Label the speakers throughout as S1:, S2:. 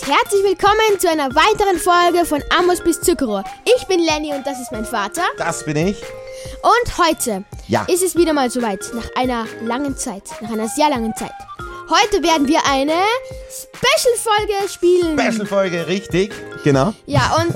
S1: Herzlich willkommen zu einer weiteren Folge von Amos bis Zuckerrohr. Ich bin Lenny und das ist mein Vater.
S2: Das bin ich.
S1: Und heute
S2: Ja.
S1: ist es wieder mal soweit, nach einer langen Zeit, nach einer sehr langen Zeit. Heute werden wir eine Special-Folge spielen.
S2: Special-Folge, richtig. Genau.
S1: Ja, und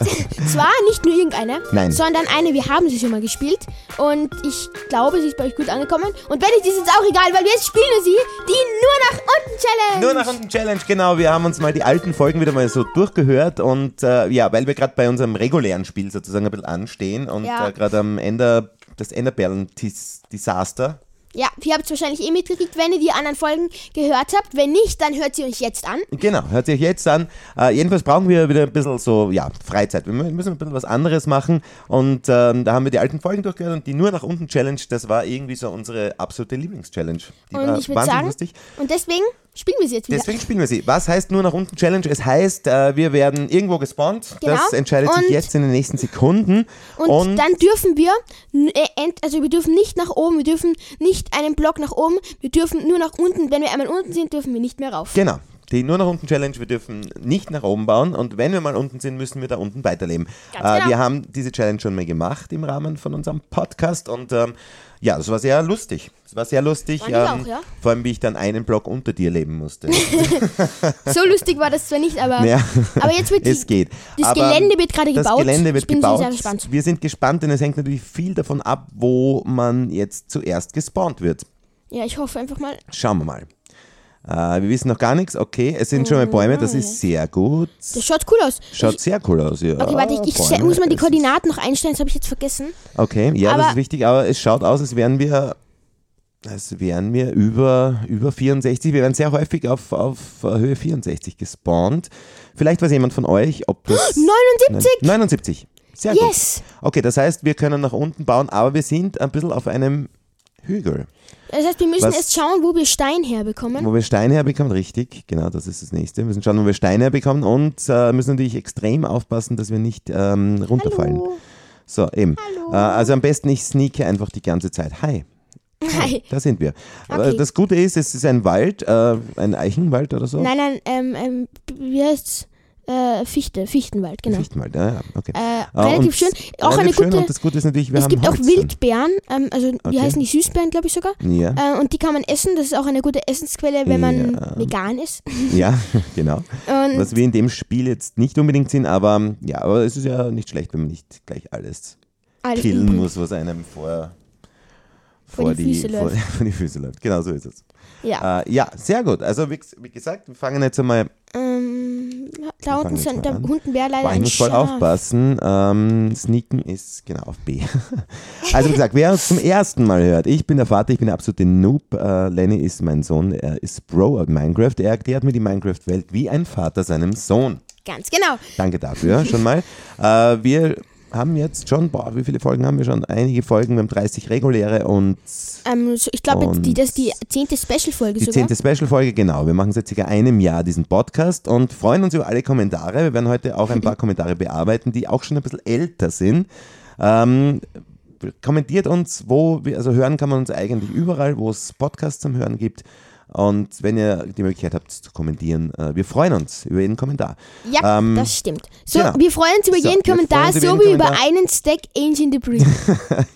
S1: zwar nicht nur irgendeine,
S2: Nein.
S1: sondern eine, wir haben sie schon mal gespielt. Und ich glaube, sie ist bei euch gut angekommen. Und wenn nicht, ist es auch egal, weil wir spielen wir sie, die nur nach unten Challenge.
S2: Nur nach unten Challenge, genau. Wir haben uns mal die alten Folgen wieder mal so durchgehört und äh, ja, weil wir gerade bei unserem regulären Spiel sozusagen ein bisschen anstehen und
S1: Ja.
S2: äh, gerade am Ende das Enderperlen-Desaster.
S1: Ja, ihr habt es wahrscheinlich eh mitgekriegt, wenn ihr die anderen Folgen gehört habt. Wenn nicht, dann hört sie euch jetzt an.
S2: Genau, hört sich jetzt an. Äh, jedenfalls brauchen wir wieder ein bisschen so, ja, Freizeit. Wir mü- müssen ein bisschen was anderes machen und ähm, da haben wir die alten Folgen durchgehört und die Nur nach unten Challenge, das war irgendwie so unsere absolute Lieblingschallenge. Die
S1: Und
S2: war
S1: ich würde
S2: wahnsinnig
S1: sagen,
S2: lustig.
S1: und deswegen spielen wir sie jetzt wieder.
S2: Deswegen spielen wir sie. Was heißt nur nach unten Challenge? Es heißt, äh, wir werden irgendwo gespawnt.
S1: Genau.
S2: Das entscheidet
S1: Und-
S2: sich jetzt in den nächsten Sekunden.
S1: und, dann dürfen wir, n- äh, ent- also wir dürfen nicht nach oben, wir dürfen nicht einen Block nach oben, wir dürfen nur nach unten. Wenn wir einmal unten sind, dürfen wir nicht mehr rauf.
S2: genau. Die nur nach unten Challenge, wir dürfen nicht nach oben bauen und wenn wir mal unten sind, müssen wir da unten weiterleben.
S1: Ganz
S2: äh,
S1: genau.
S2: Wir haben diese Challenge schon mal gemacht im Rahmen von unserem Podcast und ähm, ja, das war sehr lustig. Das war sehr lustig. ähm,
S1: Fand ich auch, ja.
S2: Vor allem, wie ich dann einen Block unter dir leben musste.
S1: So lustig war das zwar nicht, aber,
S2: Ja.
S1: aber jetzt wird
S2: es
S1: die,
S2: geht.
S1: das
S2: Aber
S1: Gelände wird gerade
S2: das
S1: gebaut.
S2: Gelände wird
S1: ich bin
S2: gebaut.
S1: sehr gespannt.
S2: Wir sind gespannt, denn es hängt natürlich viel davon ab, wo man jetzt zuerst gespawnt wird.
S1: Ja, ich hoffe einfach mal.
S2: Schauen wir mal. Äh, wir wissen noch gar nichts. Okay, es sind schon mal Bäume, das ist sehr gut.
S1: Das schaut cool aus.
S2: Schaut Oh, sehr cool aus, ja.
S1: Mhm. Okay, warte, ich, ich se-
S2: Bäume,
S1: muss mal die
S2: es-
S1: Koordinaten noch einstellen, das habe ich jetzt vergessen.
S2: Okay, ja, das
S1: Aber-
S2: ist wichtig, aber es schaut aus, als wären wir, als wären wir über, über 64. Wir werden sehr häufig auf, auf äh, Höhe 64 gespawnt. Vielleicht weiß jemand von euch, ob das.
S1: 79!
S2: 79. Sehr gut.
S1: Yes!
S2: Okay, das heißt, wir können nach unten bauen, aber wir sind ein bisschen auf einem Hügel,
S1: Das heißt, wir müssen
S2: Was-
S1: erst schauen, wo wir Stein herbekommen.
S2: wo wir Steine herbekommen. Richtig, genau, das ist das nächste. Wir müssen schauen, wo wir Steine herbekommen und äh, müssen natürlich extrem aufpassen, dass wir nicht ähm, runterfallen.
S1: Hallo.
S2: So, eben.
S1: Hallo.
S2: Äh, also am besten, ich sneake einfach die ganze Zeit. Hi.
S1: Nein,
S2: Da sind wir. Aber
S1: Okay.
S2: Das Gute ist, es ist ein Wald, äh, ein Eichenwald oder so.
S1: nein, nein, ähm, ähm, wie heißt's? Äh, Fichte, Fichtenwald, genau.
S2: Fichtenwald, ja, ja, okay.
S1: Äh,
S2: Äh, und
S1: relativ schön. Auch eine
S2: relativ schön
S1: gute.
S2: Und das Gute ist natürlich, wir
S1: Es
S2: haben
S1: gibt auch
S2: Holz
S1: Wildbeeren, ähm, also die
S2: Okay.
S1: heißen die Süßbeeren, glaube ich sogar.
S2: dann. Ja,
S1: Äh, und die kann man essen, das ist auch eine gute Essensquelle, wenn man
S2: Ja.
S1: vegan ist.
S2: ja, genau.
S1: Und
S2: Was wir in dem Spiel jetzt nicht unbedingt sind, aber ähm, ja, aber es ist ja nicht schlecht, wenn man nicht gleich alles
S1: alles
S2: killen
S1: übrig.
S2: muss, was einem vor,
S1: Vor die Füße
S2: vor,
S1: läuft.
S2: vor die Füße läuft. Genau so ist es.
S1: Ja.
S2: Äh, ja, sehr gut. Also wie, wie gesagt, wir fangen jetzt einmal.
S1: Ähm, da
S2: fangen
S1: unten
S2: jetzt
S1: sind
S2: mal
S1: da
S2: an.
S1: unten wäre leider
S2: Boah, ich
S1: ein
S2: muss voll
S1: Schaf.
S2: aufpassen. Ähm, sneaken ist genau auf B. also wie gesagt, wer uns zum ersten Mal hört, ich bin der Vater, ich bin der absolute Noob. Äh, Lenny ist mein Sohn, er ist Pro at Minecraft. Er erklärt mir die Minecraft-Welt wie ein Vater seinem Sohn.
S1: Ganz genau.
S2: Danke dafür schon mal. Äh, wir haben jetzt schon, boah, wie viele Folgen haben wir schon? Einige Folgen, wir haben 30 reguläre und
S1: Ähm, so, ich glaube, jetzt die,
S2: Und
S1: das ist die zehnte Special-Folge
S2: die
S1: sogar.
S2: zehnte Special-Folge, genau. Wir machen seit circa einem Jahr diesen Podcast und freuen uns über alle Kommentare. Wir werden heute auch ein paar Kommentare bearbeiten, die auch schon ein bisschen älter sind. Ähm, kommentiert uns, wo wir, also hören kann man uns eigentlich überall, wo es Podcasts zum Hören gibt. Und wenn ihr die Möglichkeit habt zu kommentieren, äh, wir freuen uns über jeden Kommentar.
S1: Ja,
S2: Ähm,
S1: das stimmt. So,
S2: genau.
S1: wir freuen uns über
S2: So,
S1: jeden
S2: wir freuen
S1: Kommentar, so
S2: uns über jeden
S1: wie über
S2: Kommentar.
S1: einen Stack Ancient Debris.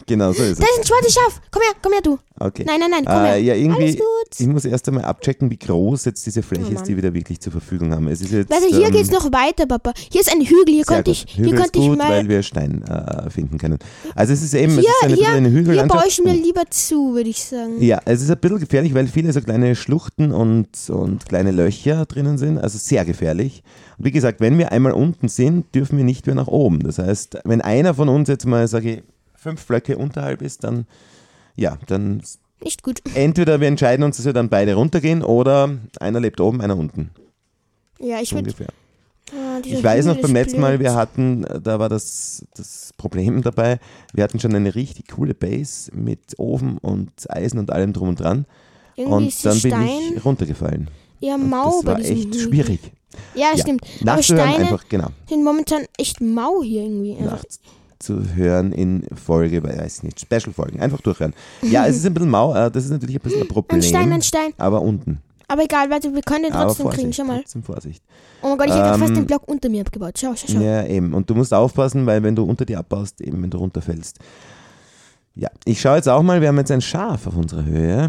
S2: Genau, so ist es.
S1: Das ist ein schwarzes Schaf. Komm her, komm her, du.
S2: Okay.
S1: Nein, nein, nein, komm her.
S2: Äh, ja, irgendwie,
S1: Alles gut.
S2: ich muss erst einmal abchecken, wie groß jetzt diese Fläche ist, die wir da wirklich zur Verfügung haben. Es ist jetzt,
S1: Warte, Also hier
S2: ähm,
S1: geht's noch weiter, Papa. Hier ist ein Hügel, hier
S2: sehr
S1: konnte
S2: gut.
S1: ich,
S2: Hügel
S1: hier konnte
S2: ist
S1: ich
S2: gut,
S1: mal.
S2: weil wir Stein äh, finden können. Also es ist eben, es
S1: Hier,
S2: ist eine,
S1: hier,
S2: bisschen eine
S1: hier baue
S2: Hügellandschaft.
S1: ich mir lieber zu, würde ich sagen.
S2: ja, es ist ein bisschen gefährlich, weil viele so kleine Schluchten und, und kleine Löcher drinnen sind. Also sehr gefährlich. Und wie gesagt, wenn wir einmal unten sind, dürfen wir nicht mehr nach oben. Das heißt, wenn einer von uns jetzt mal, sage ich, fünf Blöcke unterhalb ist, dann, ja, dann
S1: Nicht gut.
S2: entweder wir entscheiden uns, dass wir dann beide runtergehen oder einer lebt oben, einer unten.
S1: Ja, ich würde.
S2: Ungefähr.
S1: Ah, dieser
S2: Ich weiß noch
S1: Hügel
S2: beim
S1: ist
S2: letzten Mal,
S1: blöd.
S2: wir hatten, da war das, das Problem dabei, wir hatten schon eine richtig coole Base mit Ofen und Eisen und allem drum und dran.
S1: Irgendwie
S2: Und
S1: ist der
S2: dann
S1: Stein
S2: bin ich runtergefallen.
S1: eher mau
S2: das
S1: bei
S2: war
S1: diesem
S2: echt
S1: Hügel.
S2: schwierig.
S1: Ja, stimmt. Aber
S2: Nachzuhören
S1: Steine
S2: einfach, genau.
S1: sind momentan echt mau hier irgendwie. Also Einfach.
S2: Nachzuhören in Folge, weiß ich nicht, Special-Folgen. Einfach durchhören. Ja, es ist ein bisschen mau, äh, das ist natürlich ein bisschen ein Problem.
S1: Ein Stein, ein Stein.
S2: Aber unten.
S1: Aber egal, warte, wir können den
S2: Aber
S1: trotzdem kriegen,
S2: Vorsicht,
S1: schau mal.
S2: trotzdem Vorsicht.
S1: Oh mein Gott, ich hätte
S2: Ähm,
S1: fast den Block unter mir abgebaut. Schau, schau, schau.
S2: Ja, eben. Und du musst aufpassen, weil wenn du unter dir abbaust, eben wenn du runterfällst. Ja, ich schaue jetzt auch mal, wir haben jetzt ein Schaf auf unserer Höhe.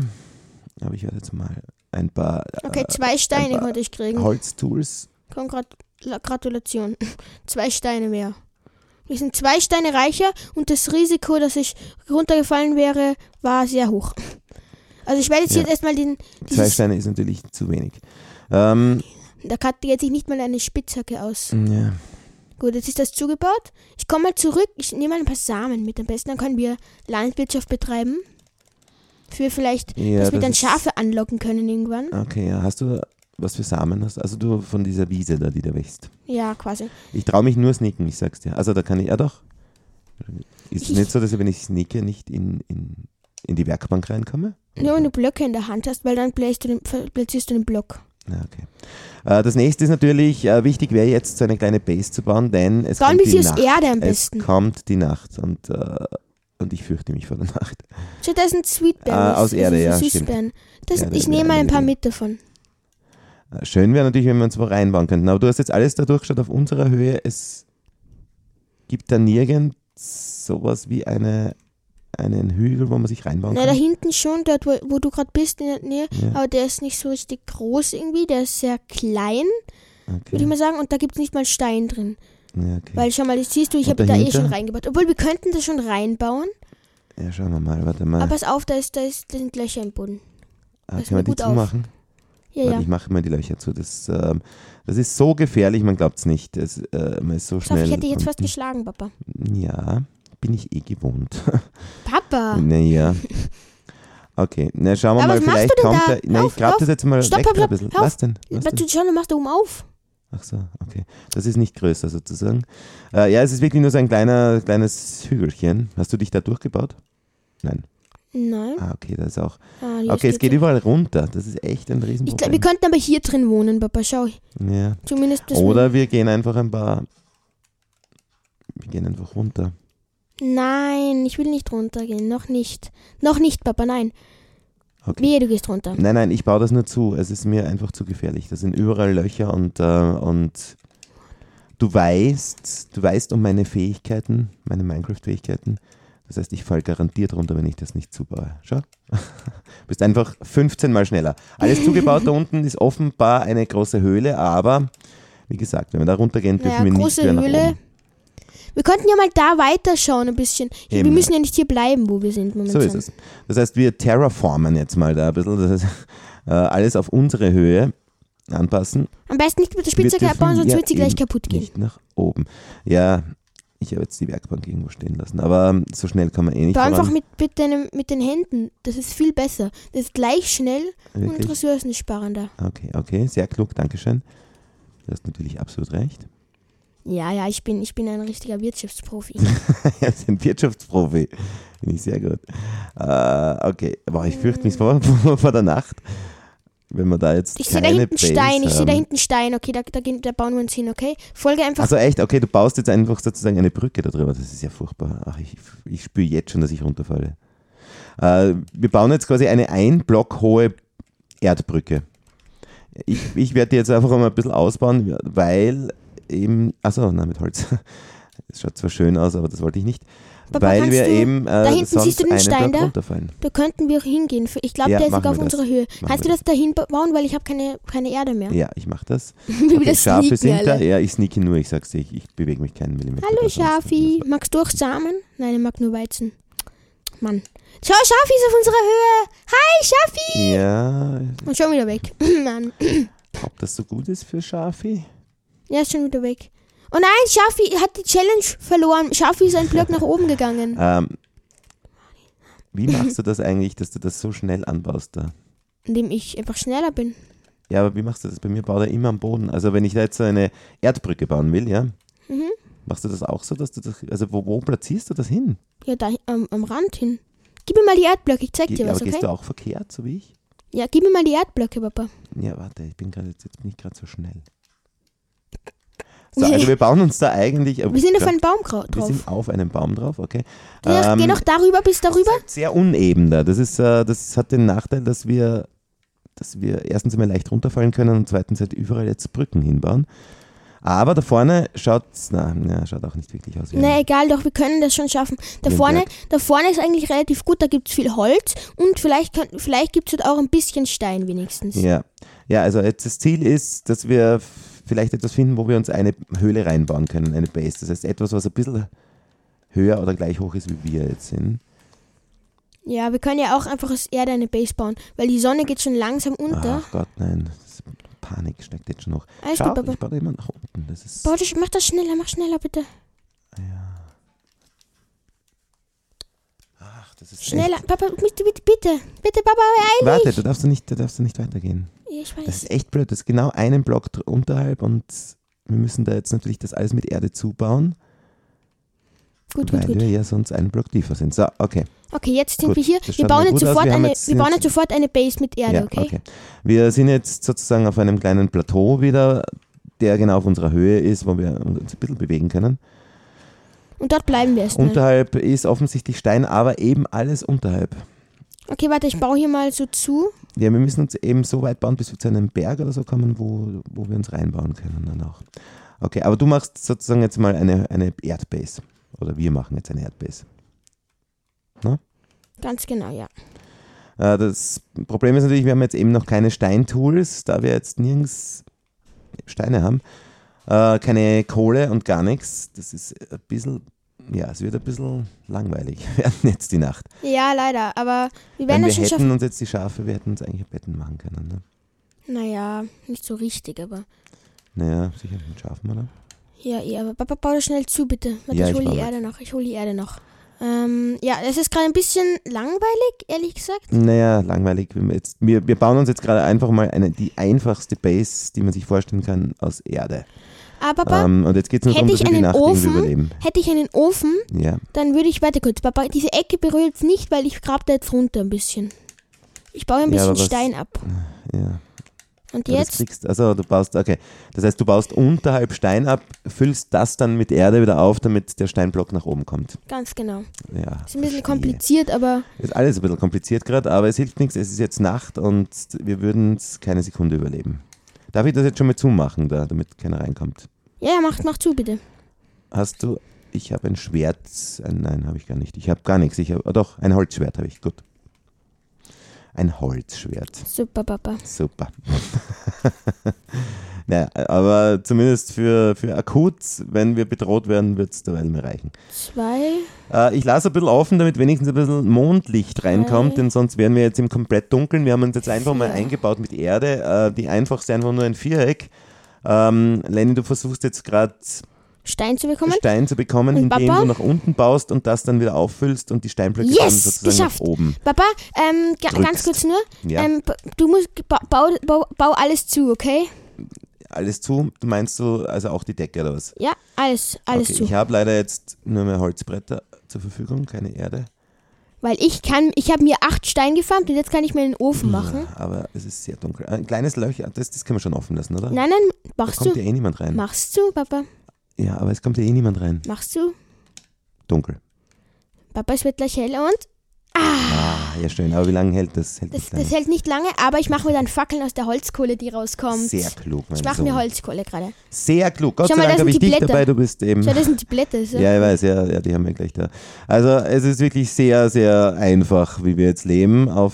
S2: Aber ich werde jetzt mal ein paar äh,
S1: Okay, zwei Steine
S2: einfach
S1: konnte ich kriegen.
S2: Holztools.
S1: Komm, grat la- Gratulation. zwei Steine mehr. Wir sind zwei Steine reicher und das Risiko, dass ich runtergefallen wäre, war sehr hoch. Also ich werde jetzt
S2: Ja.
S1: hier erstmal den...
S2: Zwei
S1: Dieses,
S2: Steine ist natürlich zu wenig. Ähm,
S1: da kann jetzt sich nicht mal eine Spitzhacke aus.
S2: ja.
S1: Gut, jetzt ist das zugebaut. Ich komme mal zurück. Ich nehme mal ein paar Samen mit. Am besten dann können wir Landwirtschaft betreiben. Für vielleicht,
S2: Ja,
S1: dass wir
S2: das
S1: dann
S2: ist-
S1: Schafe anlocken können irgendwann.
S2: Okay, ja. Hast du was für Samen hast? Also du von dieser Wiese da, die da wächst.
S1: Ja, quasi.
S2: Ich traue mich nur sneaken, ich sag's dir. Also da kann ich, ja doch. Ist
S1: Ich-
S2: nicht so, dass ich, wenn ich sneake, nicht in, in, in die Werkbank reinkomme?
S1: Nur wenn du Blöcke in der Hand hast, weil dann platzierst du den, ver- platzierst du den Block.
S2: Ja, okay. Äh, Das nächste ist natürlich, äh, wichtig wäre jetzt so eine kleine Base zu bauen, denn es
S1: Bauen
S2: kommt
S1: wir
S2: die
S1: sie aus
S2: Nacht.
S1: Erde am
S2: es
S1: besten.
S2: kommt die Nacht und, äh, und ich fürchte mich vor der Nacht.
S1: Stattdessen Sweetberries.
S2: Ah, aus Erde,
S1: also so
S2: ja,
S1: Süßbeeren. Das,
S2: Ja, das
S1: ich
S2: wäre
S1: nehme mal ein
S2: eine
S1: paar
S2: Idee.
S1: mit davon.
S2: Äh, Schön wäre natürlich, wenn wir uns wo reinbauen könnten, aber du hast jetzt alles dadurch geschaut auf unserer Höhe. Es gibt da nirgends sowas wie eine, einen Hügel, wo man sich reinbauen
S1: Na, da
S2: kann.
S1: hinten schon, dort, wo, wo du gerade bist, in der Nähe.
S2: Ja.
S1: Aber der ist nicht so richtig groß irgendwie. Der ist sehr klein, würde ich
S2: Okay.
S1: mal sagen. Und da gibt es nicht mal Stein drin.
S2: Ja, okay.
S1: Weil schau mal, das siehst du, ich
S2: Und
S1: habe da eh
S2: dahinter?
S1: schon reingebaut. Obwohl, wir könnten das schon reinbauen.
S2: ja, schauen wir mal, warte mal.
S1: Aber pass auf, da, ist, da, ist, da sind Löcher im Boden.
S2: ah,
S1: pass
S2: können wir
S1: mal
S2: die
S1: gut auf.
S2: zumachen?
S1: Ja,
S2: Warte,
S1: ja.
S2: Ich mache immer die Löcher zu. Das, ähm, das ist so gefährlich, man glaubt es nicht. Es, äh, man ist so
S1: Pass auf,
S2: schnell. Hm.
S1: ich hätte dich jetzt fast
S2: unten.
S1: geschlagen, Papa.
S2: Ja, bin ich eh gewohnt.
S1: Papa!
S2: naja. Okay, na schauen wir
S1: Ah. Aber
S2: mal,
S1: was machst
S2: vielleicht
S1: du denn
S2: kommt
S1: da?
S2: er. Na,
S1: Lauf,
S2: ich glaube
S1: lauf.
S2: das jetzt mal
S1: Stopp,
S2: weg
S1: stopp,
S2: ein bisschen.
S1: stopp.
S2: Was denn? Was
S1: Aber
S2: denn?
S1: du, schon, du machst da oben auf.
S2: Ach so, okay. Das ist nicht größer sozusagen. Äh, ja, es ist wirklich nur so ein kleiner, kleines Hügelchen. Hast du dich da durchgebaut? Nein.
S1: Nein.
S2: Ah, okay, das ist auch.
S1: Ah, hier
S2: Okay, es
S1: steht's.
S2: geht überall runter. Das ist echt ein
S1: Ich glaube, wir
S2: Riesenproblem.
S1: könnten aber hier drin wohnen, Papa. Schau,
S2: ja.
S1: zumindest das.
S2: Oder wir gehen einfach ein paar. Wir gehen einfach runter.
S1: Nein, ich will nicht runtergehen. Noch nicht. Noch nicht, Papa, nein.
S2: Okay. Hm,
S1: Wehe, du gehst runter.
S2: Nein, nein, ich baue das nur zu. Es ist mir einfach zu gefährlich. Da sind überall Löcher und, äh, und du weißt, du weißt um meine Fähigkeiten, meine Minecraft-Fähigkeiten. Das heißt, ich falle garantiert runter, wenn ich das nicht zubaue. Schau. Bist einfach 15 Mal schneller. Alles zugebaut da unten ist offenbar eine große Höhle, aber wie gesagt, wenn wir da runtergehen, dürfen
S1: Naja,
S2: wir nicht
S1: große
S2: mehr nach
S1: Höhle.
S2: oben.
S1: Wir könnten ja mal da weiterschauen ein bisschen. Wir
S2: Eben.
S1: müssen ja nicht hier bleiben, wo wir sind
S2: So
S1: momentan.
S2: ist es. Das heißt, wir terraformen jetzt mal da ein bisschen. Das heißt, äh, alles auf unsere Höhe anpassen.
S1: Am besten nicht mit der Spitzhacke
S2: dürfen
S1: abbauen, sonst
S2: ja
S1: wird sie gleich
S2: eben
S1: kaputt gehen.
S2: Nicht nach oben. Ja, ich habe jetzt die Werkbank irgendwo stehen lassen, aber ähm, so schnell kann man eh nicht
S1: Bau einfach
S2: voran.
S1: mit, mit, deinem, mit den Händen. Das ist viel besser. Das ist gleich schnell und
S2: Wirklich? Ah.
S1: ressourcensparender.
S2: Okay, okay, sehr klug, Dankeschön. Du hast natürlich absolut recht.
S1: Ja, ja, ich bin, ich bin ein richtiger Wirtschaftsprofi.
S2: Er ist ein Wirtschaftsprofi. Finde ich sehr gut. Äh, okay, aber ich fürchte mich vor, vor der Nacht, wenn wir da jetzt.
S1: Ich sehe da
S2: keine
S1: hinten
S2: Base
S1: Stein, ich sehe da
S2: haben.
S1: hinten Stein. Okay, da, da, gehen, da bauen wir uns hin, okay? Folge einfach.
S2: Also echt, okay, du baust jetzt einfach sozusagen eine Brücke darüber. Das ist ja furchtbar. Ach, ich, ich spüre jetzt schon, dass ich runterfalle. Äh, wir bauen jetzt quasi eine ein Block hohe Erdbrücke. Ich, ich werde die jetzt einfach mal ein bisschen ausbauen, weil eben. Achso, nein, mit Holz. Es schaut zwar schön aus, aber das wollte ich nicht.
S1: Papa,
S2: weil
S1: kannst
S2: wir
S1: du-
S2: eben äh,
S1: hinten
S2: sonst
S1: siehst du den
S2: einen
S1: Stein
S2: Block
S1: da?
S2: runterfallen.
S1: da könnten wir hingehen. Ich glaube,
S2: Ja,
S1: der ist
S2: machen
S1: sogar auf
S2: wir das.
S1: unserer Höhe.
S2: Machen
S1: Kannst du
S2: wir
S1: das dahin ba- bauen, weil ich habe keine, keine Erde mehr.
S2: Ja, ich mache das.
S1: Ah. Wie wir
S2: Okay,
S1: das sneaken
S2: Schafe sind da.
S1: alle.
S2: Ja, ich sneake nur, ich sag's dir, ich, ich bewege mich keinen Millimeter.
S1: Hallo
S2: sonst-
S1: Schafi, magst du auch Samen? Nein, er mag nur Weizen. Mann. Schau, Schafi ist auf unserer Höhe. Hi, Schafi.
S2: Ja,
S1: Und schon wieder weg. Mann.
S2: ob das so gut ist für Schafi?
S1: Er ist schon wieder weg. Oh nein, Schafi hat die Challenge verloren. Schafi ist ein Block nach oben gegangen.
S2: Ähm, wie machst du das eigentlich, dass du das so schnell anbaust da?
S1: Indem ich einfach schneller bin.
S2: Ja, aber wie machst du das? Bei mir baut er immer am Boden. Also wenn ich da jetzt so eine Erdbrücke bauen will, ja,
S1: Mhm.
S2: machst du das auch so, dass du das, also wo, wo platzierst du das hin?
S1: Ja, da am, am Rand hin. Gib mir mal die Erdblöcke, ich zeig
S2: Ge
S1: dir
S2: aber
S1: was,
S2: gehst
S1: okay?
S2: du auch verkehrt, so wie ich?
S1: Ja, gib mir mal die Erdblöcke, Papa.
S2: Ja, warte, ich bin gerade jetzt, jetzt bin ich gerade so schnell. So, also wir bauen uns da eigentlich. oh,
S1: Wir sind auf einem Baum grau-
S2: wir
S1: drauf.
S2: sind auf einem Baum drauf, okay. Ähm,
S1: Geh noch,
S2: halt
S1: geh noch darüber bis darüber.
S2: Sehr uneben da. Das, ist, äh, das hat den Nachteil, dass wir dass wir erstens immer leicht runterfallen können und zweitens halt überall jetzt Brücken hinbauen. Aber da vorne schaut na, na, schaut auch nicht wirklich aus wie
S1: Na egal, doch, wir können das schon schaffen. Da
S2: Ja,
S1: vorne,
S2: Berg.
S1: da vorne ist eigentlich relativ gut, da gibt es viel Holz und vielleicht, könnt- vielleicht gibt es dort auch ein bisschen Stein wenigstens.
S2: Ja. ja, also jetzt das Ziel ist, dass wir f- vielleicht etwas finden, wo wir uns eine Höhle reinbauen können, eine Base. Das heißt etwas, was ein bisschen höher oder gleich hoch ist, wie wir jetzt sind.
S1: Ja, wir können ja auch einfach aus Erde eine Base bauen, weil die Sonne geht schon langsam unter.
S2: Ach Gott, nein. Das ist Panik steckt jetzt schon noch.
S1: Alles
S2: Schau,
S1: gut, Papa.
S2: ich baue da immer nach unten. Das ist,
S1: Bau dich, mach das schneller, mach schneller bitte.
S2: ach, das ist
S1: Schneller, Papa, bitte, bitte, bitte, bitte, Papa,
S2: Echt,
S1: beeil
S2: warte,
S1: dich.
S2: da darfst, du nicht, da darfst du nicht weitergehen.
S1: Ja, ich
S2: Das
S1: weiß.
S2: ist echt blöd. Das ist genau einen Block dr- unterhalb und wir müssen da jetzt natürlich das alles mit Erde zubauen,
S1: Gut, gut,
S2: weil
S1: gut.
S2: wir ja sonst einen Block tiefer sind. So, okay.
S1: Okay, jetzt sind
S2: Gut,
S1: wir hier.
S2: das
S1: Wir
S2: schaut
S1: bauen
S2: mal
S1: jetzt
S2: gut aus.
S1: sofort
S2: Wir haben
S1: eine,
S2: jetzt-
S1: wir
S2: sind
S1: bauen
S2: jetzt-
S1: jetzt sofort eine Base mit Erde,
S2: ja,
S1: okay?
S2: Wir sind jetzt sozusagen auf einem kleinen Plateau wieder, der genau auf unserer Höhe ist, wo wir uns ein bisschen bewegen können.
S1: Und dort bleiben wir erstmal.
S2: Unterhalb ist offensichtlich Stein, aber eben alles unterhalb.
S1: okay, warte, ich baue hier mal so zu.
S2: Ja, wir müssen uns eben so weit bauen, bis wir zu einem Berg oder so kommen, wo, wo wir uns reinbauen können dann auch. Okay, aber du machst sozusagen jetzt mal eine, eine Erdbase. Oder wir machen jetzt eine Erdbase.
S1: Ganz genau, ja.
S2: Äh, Das Problem ist natürlich, wir haben jetzt eben noch keine Steintools, da wir jetzt nirgends Steine haben. Äh, Keine Kohle und gar nichts. Das ist ein bisschen, ja, es wird ein bisschen langweilig werden jetzt die Nacht.
S1: Ja, leider, aber wir
S2: Wenn
S1: werden
S2: wir
S1: das schon schaffen.
S2: hätten uns jetzt die Schafe, wir hätten uns eigentlich Betten machen können. Ne?
S1: Naja, nicht so richtig, aber.
S2: Naja, sicher mit Schafen, oder?
S1: Ja, ja, aber Papa, bau das schnell zu, bitte. Warte,
S2: Ja,
S1: ich
S2: ich
S1: hole
S2: bau
S1: die
S2: mit.
S1: Erde noch. Ich hole die Erde noch. Ähm, ja, es ist gerade ein bisschen langweilig, ehrlich gesagt.
S2: Naja, langweilig. Wir, jetzt, wir, wir bauen uns jetzt gerade einfach mal eine, die einfachste Base, die man sich vorstellen kann, aus Erde.
S1: Aber Papa,
S2: Ähm, und jetzt geht es nur darum,
S1: hätte
S2: dass
S1: ich
S2: wir die
S1: einen
S2: Nacht
S1: Ofen?
S2: irgendwie überleben.
S1: hätte ich einen Ofen,
S2: Ja.
S1: dann würde ich. Warte kurz, Papa, diese Ecke berührt nicht, weil ich grab da jetzt runter ein bisschen. Ich baue ein
S2: Ja, aber
S1: bisschen
S2: was-
S1: Stein ab.
S2: ja.
S1: Und
S2: Aber Das
S1: jetzt?
S2: kriegst, also du baust, okay. Das heißt, du baust unterhalb Stein ab, füllst das dann mit Erde wieder auf, damit der Steinblock nach oben kommt.
S1: Ganz genau.
S2: Ja.
S1: Ist ein bisschen
S2: verstehe.
S1: kompliziert, aber
S2: Ist alles ein bisschen kompliziert gerade, aber es hilft nichts. Es ist jetzt Nacht und wir würden es keine Sekunde überleben. Darf ich das jetzt schon mal zumachen, da, damit keiner reinkommt?
S1: ja, ja, mach, mach zu, bitte.
S2: Hast du. Ich habe ein Schwert. äh, Nein, habe ich gar nicht. Ich habe gar nichts. Ich hab, ah, doch, ein Holzschwert habe ich. Gut. Ein Holzschwert.
S1: Super, Papa.
S2: Super. naja, aber zumindest für, für akut, wenn wir bedroht werden, wird es derweil mir reichen.
S1: Zwei.
S2: Äh, ich lasse ein bisschen offen, damit wenigstens ein bisschen Mondlicht reinkommt, denn sonst wären wir jetzt im komplett Dunkeln. Wir haben uns jetzt einfach mal
S1: Ja.
S2: eingebaut mit Erde. Äh, die einfachste einfach nur ein Viereck. Ähm, Lenny, du versuchst jetzt gerade
S1: Stein zu bekommen.
S2: Stein zu bekommen,
S1: Und
S2: indem
S1: Papa?
S2: du nach unten baust und das dann wieder auffüllst und die Steinblöcke
S1: Yes,
S2: dann sozusagen
S1: geschafft.
S2: nach oben.
S1: Papa, ähm, ga-
S2: Drückst.
S1: ganz kurz nur.
S2: Ja,
S1: Ähm, ba- du musst ba bau, bau, bau alles zu, okay?
S2: alles zu. Meinst du also auch die Decke oder was?
S1: Ja, alles, alles
S2: okay,
S1: zu.
S2: ich habe leider jetzt nur mehr Holzbretter zur Verfügung, keine Erde.
S1: Weil ich kann, ich habe mir acht Steine gefarmt und jetzt kann ich mir einen Ofen machen.
S2: Ja, aber es ist sehr dunkel. Ein kleines Löch, das, das können wir schon offen lassen, oder?
S1: Nein, nein,
S2: da
S1: machst
S2: kommt
S1: du.
S2: ja eh niemand rein.
S1: Machst du, Papa.
S2: Ja, aber es kommt ja eh niemand rein.
S1: Machst du.
S2: Dunkel.
S1: Papa, es wird gleich hell und
S2: Ah, ja schön. Aber wie lange hält das? Hält
S1: das,
S2: nicht
S1: das
S2: lange.
S1: hält nicht lange, aber ich mache mir dann Fackeln aus der Holzkohle, die rauskommt.
S2: sehr klug, mein
S1: ich mache
S2: Sohn.
S1: mir Holzkohle gerade.
S2: Sehr klug. Gott
S1: Schau
S2: sei
S1: mal,
S2: Dank
S1: da
S2: habe
S1: sind
S2: ich
S1: die
S2: dich
S1: Blätter.
S2: dabei, du bist eben...
S1: Schau, das sind die Blätter. So.
S2: Hm. Ja, ich weiß, ja, ja, die haben wir gleich da. Also es ist wirklich sehr, sehr einfach, wie wir jetzt leben. Auf,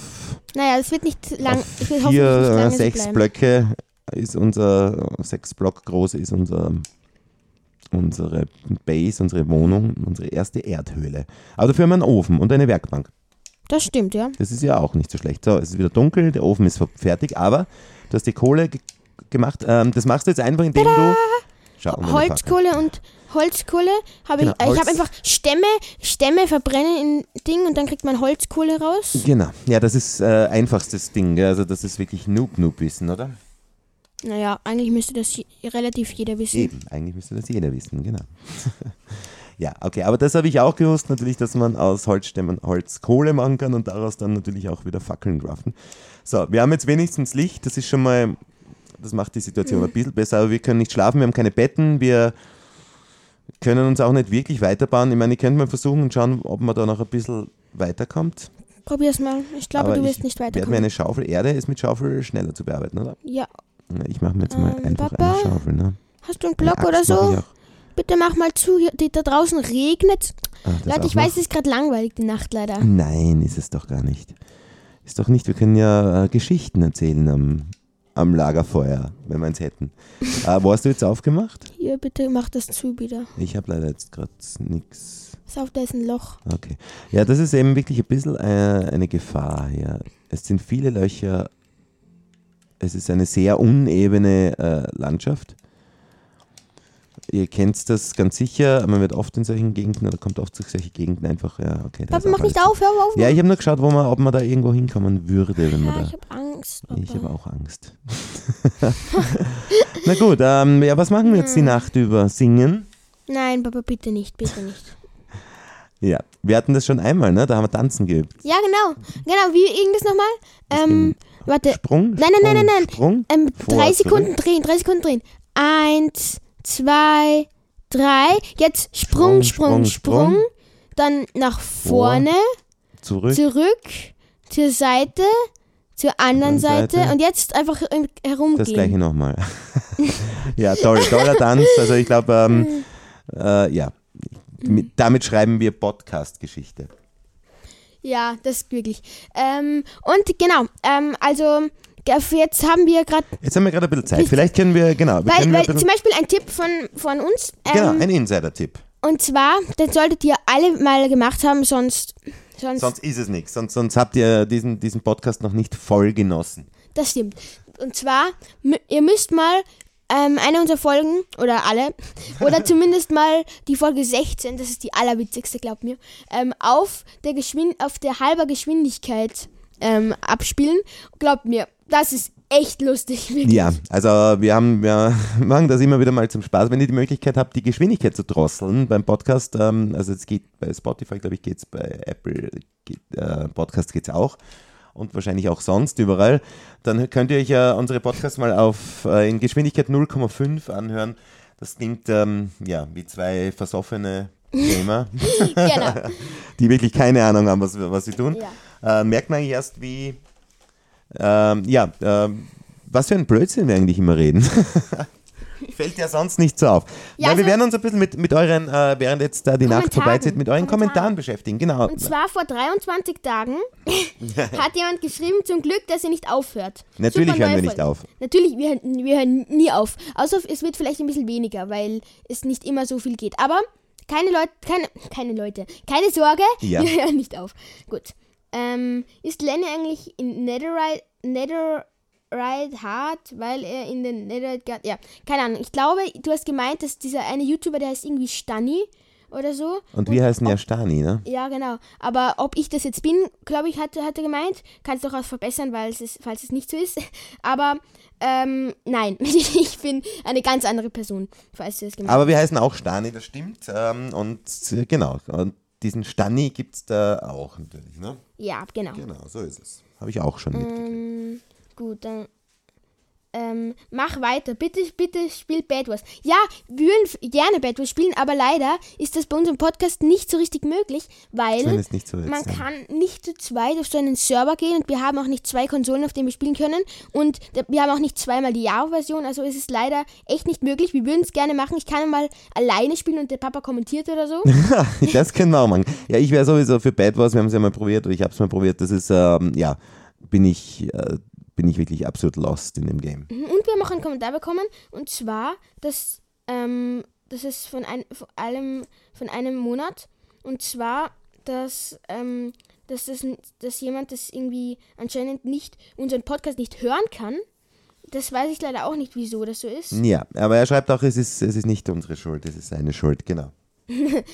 S1: Naja, es wird nicht lang.
S2: auf
S1: Es wird hoffentlich nicht lange
S2: vier, äh,
S1: so
S2: sechs
S1: bleiben.
S2: Blöcke ist unser, sechs Block groß ist unser, unsere Base, unsere Wohnung, unsere erste Erdhöhle. Aber dafür haben wir einen Ofen und eine Werkbank.
S1: Das stimmt, ja.
S2: Das ist ja auch nicht so schlecht. So, es ist wieder dunkel, der Ofen ist ver- fertig, aber du hast die Kohle ge gemacht. Ähm, das machst du jetzt einfach, indem du... Schau, und eine Fackel.
S1: Holzkohle und Holzkohle habe
S2: Genau,
S1: ich. Ich
S2: Holz.
S1: habe einfach Stämme, Stämme verbrennen in Ding und dann kriegt man Holzkohle raus.
S2: Genau, ja, das ist äh, einfachstes Ding. gell? Also das ist wirklich Noob-Noob-Wissen, oder?
S1: Naja, eigentlich müsste das je- relativ jeder wissen.
S2: Eben, eigentlich müsste das jeder wissen, genau. ja, okay, aber das habe ich auch gewusst, natürlich, dass man aus Holzstämmen Holzkohle machen kann und daraus dann natürlich auch wieder Fackeln craften. So, wir haben jetzt wenigstens Licht, das ist schon mal, das macht die Situation ein bisschen besser, aber wir können nicht schlafen, wir haben keine Betten, wir können uns auch nicht wirklich weiterbauen. Ich meine, ich könnte mal versuchen und schauen, ob man da noch ein bisschen weiterkommt.
S1: Probier's mal. Ich glaube,
S2: Aber
S1: du wirst
S2: ich
S1: nicht
S2: Werd mir
S1: weiterkommen.
S2: eine Schaufel Erde ist mit Schaufel schneller zu bearbeiten, oder?
S1: Ja.
S2: Na, Ich mache mir jetzt mal
S1: Ähm,
S2: einfach
S1: Papa?
S2: eine Schaufel, ne?
S1: Hast du einen
S2: Eine
S1: Block oder
S2: Axt mach
S1: so?
S2: ich auch.
S1: Bitte mach mal zu, hier, die, da draußen regnet.
S2: Ah, das
S1: Leute,
S2: auch
S1: ich
S2: noch?
S1: weiß, es ist gerade langweilig, die Nacht leider.
S2: Hm. Nein, ist es doch gar nicht. Ist doch nicht. Wir können ja äh, Geschichten erzählen am, am Lagerfeuer, wenn wir eins hätten. äh, wo hast du jetzt aufgemacht?
S1: Hier, bitte mach das zu wieder.
S2: Ich habe leider jetzt gerade nichts.
S1: Pass auf, da ist ein Loch.
S2: Okay. Ja, das ist eben wirklich ein bisschen äh, eine Gefahr hier. Es sind viele Löcher. Es ist eine sehr unebene äh, Landschaft. Ihr kennt das ganz sicher. Man wird oft in solchen Gegenden oder kommt oft zu solchen Gegenden einfach. Ja, okay. da ist
S1: Papa,
S2: auch
S1: mach nicht
S2: alles-
S1: auf, hör auf.
S2: Ja, ich habe nur geschaut, wo man, ob man da irgendwo hinkommen würde, wenn man
S1: ja,
S2: da.
S1: ich habe Angst.
S2: Ich habe
S1: Papa.
S2: auch Angst. Na gut, ähm, ja, was machen wir jetzt die
S1: Hm.
S2: Nacht über? Singen?
S1: Nein, Papa, bitte nicht, bitte nicht.
S2: Ja, wir hatten das schon einmal, ne? Da haben wir tanzen geübt.
S1: Ja, genau.
S2: Hm.
S1: Genau, wie irgendwas nochmal? Ähm, warte.
S2: Sprung?
S1: Nein, nein, nein, nein, nein.
S2: Sprung?
S1: Ähm,
S2: Vor,
S1: drei
S2: zurück.
S1: Sekunden drehen, drei Sekunden drehen. Eins, zwei, drei. Jetzt Sprung, Sprung, Sprung.
S2: Sprung, Sprung.
S1: Dann nach vorne,
S2: Zurück?
S1: zurück, zur Seite, zur anderen
S2: Anderen
S1: Seite.
S2: Seite.
S1: und jetzt einfach ähm, herumgehen.
S2: das gleiche nochmal. ja, toll, toller Tanz. Also ich glaube,
S1: Hm.
S2: ähm, äh, ja, mit, damit schreiben wir Podcast-Geschichte.
S1: Ja, das wirklich. Ähm, und genau, ähm, also ge- für jetzt haben wir gerade,
S2: Jetzt haben wir gerade ein bisschen Zeit. Vielleicht können wir, genau, wir
S1: weil,
S2: können
S1: weil
S2: wir ein
S1: zum
S2: bisschen,
S1: Beispiel ein Tipp von, von uns. Ähm,
S2: genau, ein Insider-Tipp.
S1: Und zwar, den solltet ihr alle mal gemacht haben, sonst, sonst,
S2: Sonst ist es nichts. Sonst, sonst habt ihr diesen, diesen Podcast noch nicht voll genossen.
S1: das stimmt. Und zwar, mü- ihr müsst mal ähm, eine unserer Folgen, oder alle, oder zumindest mal die Folge 16, das ist die allerwitzigste, glaubt mir, ähm, auf der Geschwind auf der halber Geschwindigkeit ähm, abspielen. Glaubt mir, das ist echt lustig. wirklich.
S2: Ja, also wir haben, wir machen das immer wieder mal zum Spaß. Wenn ihr die Möglichkeit habt, die Geschwindigkeit zu drosseln beim Podcast, ähm, also es geht bei Spotify, glaube ich, geht's bei Apple geht, äh, Podcast geht's auch und wahrscheinlich auch sonst überall, dann könnt ihr euch ja unsere Podcasts mal auf äh, in Geschwindigkeit 0,5 anhören. Das klingt ähm, ja wie zwei versoffene Gamer,
S1: Genau.
S2: die wirklich keine Ahnung haben, was, was sie tun.
S1: Ja.
S2: Äh, merkt man eigentlich erst, wie ähm, ja, ähm, was für ein Blödsinn wir eigentlich immer reden. Fällt ja sonst nicht so auf.
S1: Ja,
S2: Weil wir
S1: also-
S2: werden uns ein bisschen mit, mit euren, äh, während jetzt da die Nacht
S1: Kommentaren.
S2: vorbeizieht, mit euren
S1: Kommentaren.
S2: Kommentaren, beschäftigen. Genau.
S1: Und zwar vor 23 Tagen hat jemand geschrieben, zum Glück, dass ihr nicht aufhört.
S2: Natürlich
S1: Super
S2: hören wir
S1: neue
S2: nicht
S1: Folge.
S2: auf.
S1: Natürlich, wir, hören- wir hören nie auf. Außer es wird vielleicht ein bisschen weniger, weil es nicht immer so viel geht. Aber keine Leute, keine, keine Leute, keine Sorge,
S2: Ja.
S1: wir hören nicht auf. Gut. Ähm, ist Lenny eigentlich in Netherite, Netherite hart, weil er in den Netherite Guard, ja, keine Ahnung. Ich glaube, du hast gemeint, dass dieser eine YouTuber, der heißt irgendwie Stani oder so.
S2: Und wir heißen ja Stani, ne?
S1: Ja, genau. Aber ob ich das jetzt bin, glaube ich, hat, hat er gemeint. Kann es durchaus verbessern, weil es ist, falls es nicht so ist. Aber ähm, nein, ich bin eine ganz andere Person, falls du es gemeint
S2: Aber wir heißen auch Stani, das stimmt. Ähm, und äh, genau. Und diesen Stani gibt es da auch natürlich, ne?
S1: hast. Ja, genau.
S2: Genau, so ist es. Habe ich auch schon mitgekriegt.
S1: Ähm, gut, dann. Ähm, mach weiter. Bitte, bitte spielt Bad Wars. Ja, wir würden f- gerne Bad Wars spielen, aber leider ist das bei unserem Podcast nicht so richtig möglich, weil
S2: Zumindest nicht so jetzt.
S1: Man
S2: ja.
S1: kann nicht zu zweit auf so einen Server gehen und wir haben auch nicht zwei Konsolen, auf denen wir spielen können. Und da- wir haben auch nicht zweimal die Java-Version, also es ist leider echt nicht möglich. Wir würden es gerne machen. Ich kann mal alleine spielen und der Papa kommentiert oder so.
S2: das können wir auch machen. Ja, ich wäre sowieso für Bad Wars, wir haben es ja mal probiert oder ich habe es mal probiert. Das ist, ähm, ja, bin ich, äh, bin ich wirklich absolut lost in dem Game.
S1: Und wir haben auch einen Kommentar bekommen und zwar, dass, ähm, das ist von, ein, von, allem, von einem Monat und zwar, dass, ähm, dass, das, n- dass jemand das irgendwie anscheinend nicht, unseren Podcast nicht hören kann. Das weiß ich leider auch nicht, wieso das so ist.
S2: Ja, aber er schreibt auch, es ist, es ist nicht unsere Schuld, es ist seine Schuld, genau.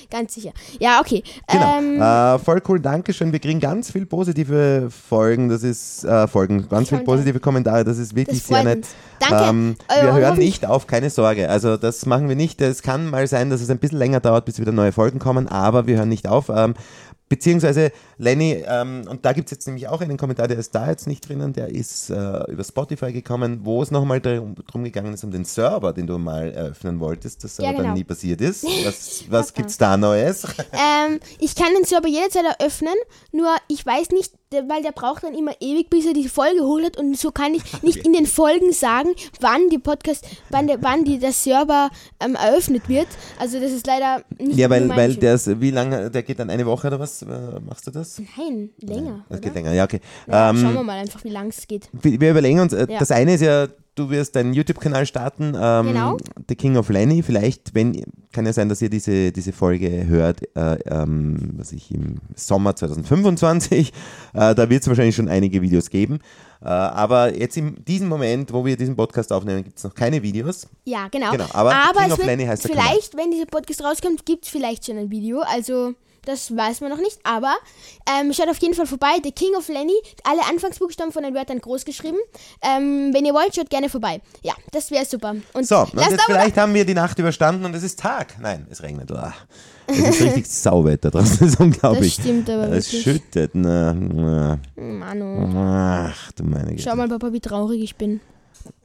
S1: Ganz sicher. Ja, okay.
S2: Genau.
S1: Ähm,
S2: äh, voll cool, Dankeschön. Wir kriegen ganz viel positive Folgen, das ist äh, Folgen, ganz viel
S1: Kommentare.
S2: positive Kommentare, das ist wirklich
S1: das
S2: sehr
S1: freut
S2: nett.
S1: uns. Danke.
S2: Ähm,
S1: Äh,
S2: wir
S1: und
S2: hören
S1: hoffentlich-
S2: nicht auf, keine Sorge. Also das machen wir nicht. Es kann mal sein, dass es ein bisschen länger dauert, bis wieder neue Folgen kommen, aber wir hören nicht auf. Ähm, Beziehungsweise, Lenny, ähm, und da gibt es jetzt nämlich auch einen Kommentar, der ist da jetzt nicht drinnen, der ist äh, über Spotify gekommen, wo es nochmal darum, drum gegangen ist, um den Server, den du mal eröffnen wolltest, das aber
S1: genau.
S2: dann nie passiert ist. Was, was gibt es da Neues?
S1: Ähm, ich kann den Server jederzeit eröffnen, nur ich weiß nicht, der- weil der braucht dann immer ewig, bis er die Folge holt hat und so kann ich nicht in den Folgen sagen, wann die Podcast, wann der, wann die, der Server ähm, eröffnet wird. Also das ist leider nicht
S2: Ja, weil,
S1: meine
S2: weil
S1: Schuld.
S2: der ist, wie lange, der geht dann eine Woche oder was? Äh, Machst du das?
S1: Nein, länger. oder?
S2: Das geht länger, ja, okay.
S1: Ja,
S2: ähm,
S1: Schauen wir mal einfach, wie lang es geht.
S2: wir, wir überlegen uns, äh,
S1: Ja.
S2: das eine ist ja, du wirst deinen YouTube-Kanal starten, ähm,
S1: Genau.
S2: The King of Lenny, vielleicht, wenn, kann ja sein, dass ihr diese, diese Folge hört, äh, ähm, was ich im Sommer 2025, äh, da wird es wahrscheinlich schon einige Videos geben, äh, aber jetzt in diesem Moment, wo wir diesen Podcast aufnehmen, gibt es noch keine Videos,
S1: Ja, genau.
S2: Genau, aber King
S1: es
S2: of
S1: wird
S2: Lenny heißt der
S1: vielleicht, wenn dieser Podcast rauskommt, gibt es vielleicht schon ein Video. Also, das weiß man noch nicht. Aber ähm, schaut auf jeden Fall vorbei. The King of Lenny. Alle Anfangsbuchstaben von den Wörtern groß geschrieben. Ähm, wenn ihr wollt, schaut gerne vorbei. Ja, das wäre super. Und
S2: So, und
S1: lasst
S2: jetzt
S1: aber
S2: vielleicht haben wir die Nacht überstanden und es ist Tag. Nein, es regnet. Ah, Es ist richtig Sauwetter draußen, das ist unglaublich.
S1: Das stimmt aber
S2: Es
S1: wirklich.
S2: schüttet. Na, na,
S1: noch,
S2: Mhm.
S1: Manu.
S2: ach du meine Güte.
S1: Schau mal, Papa, wie traurig ich bin.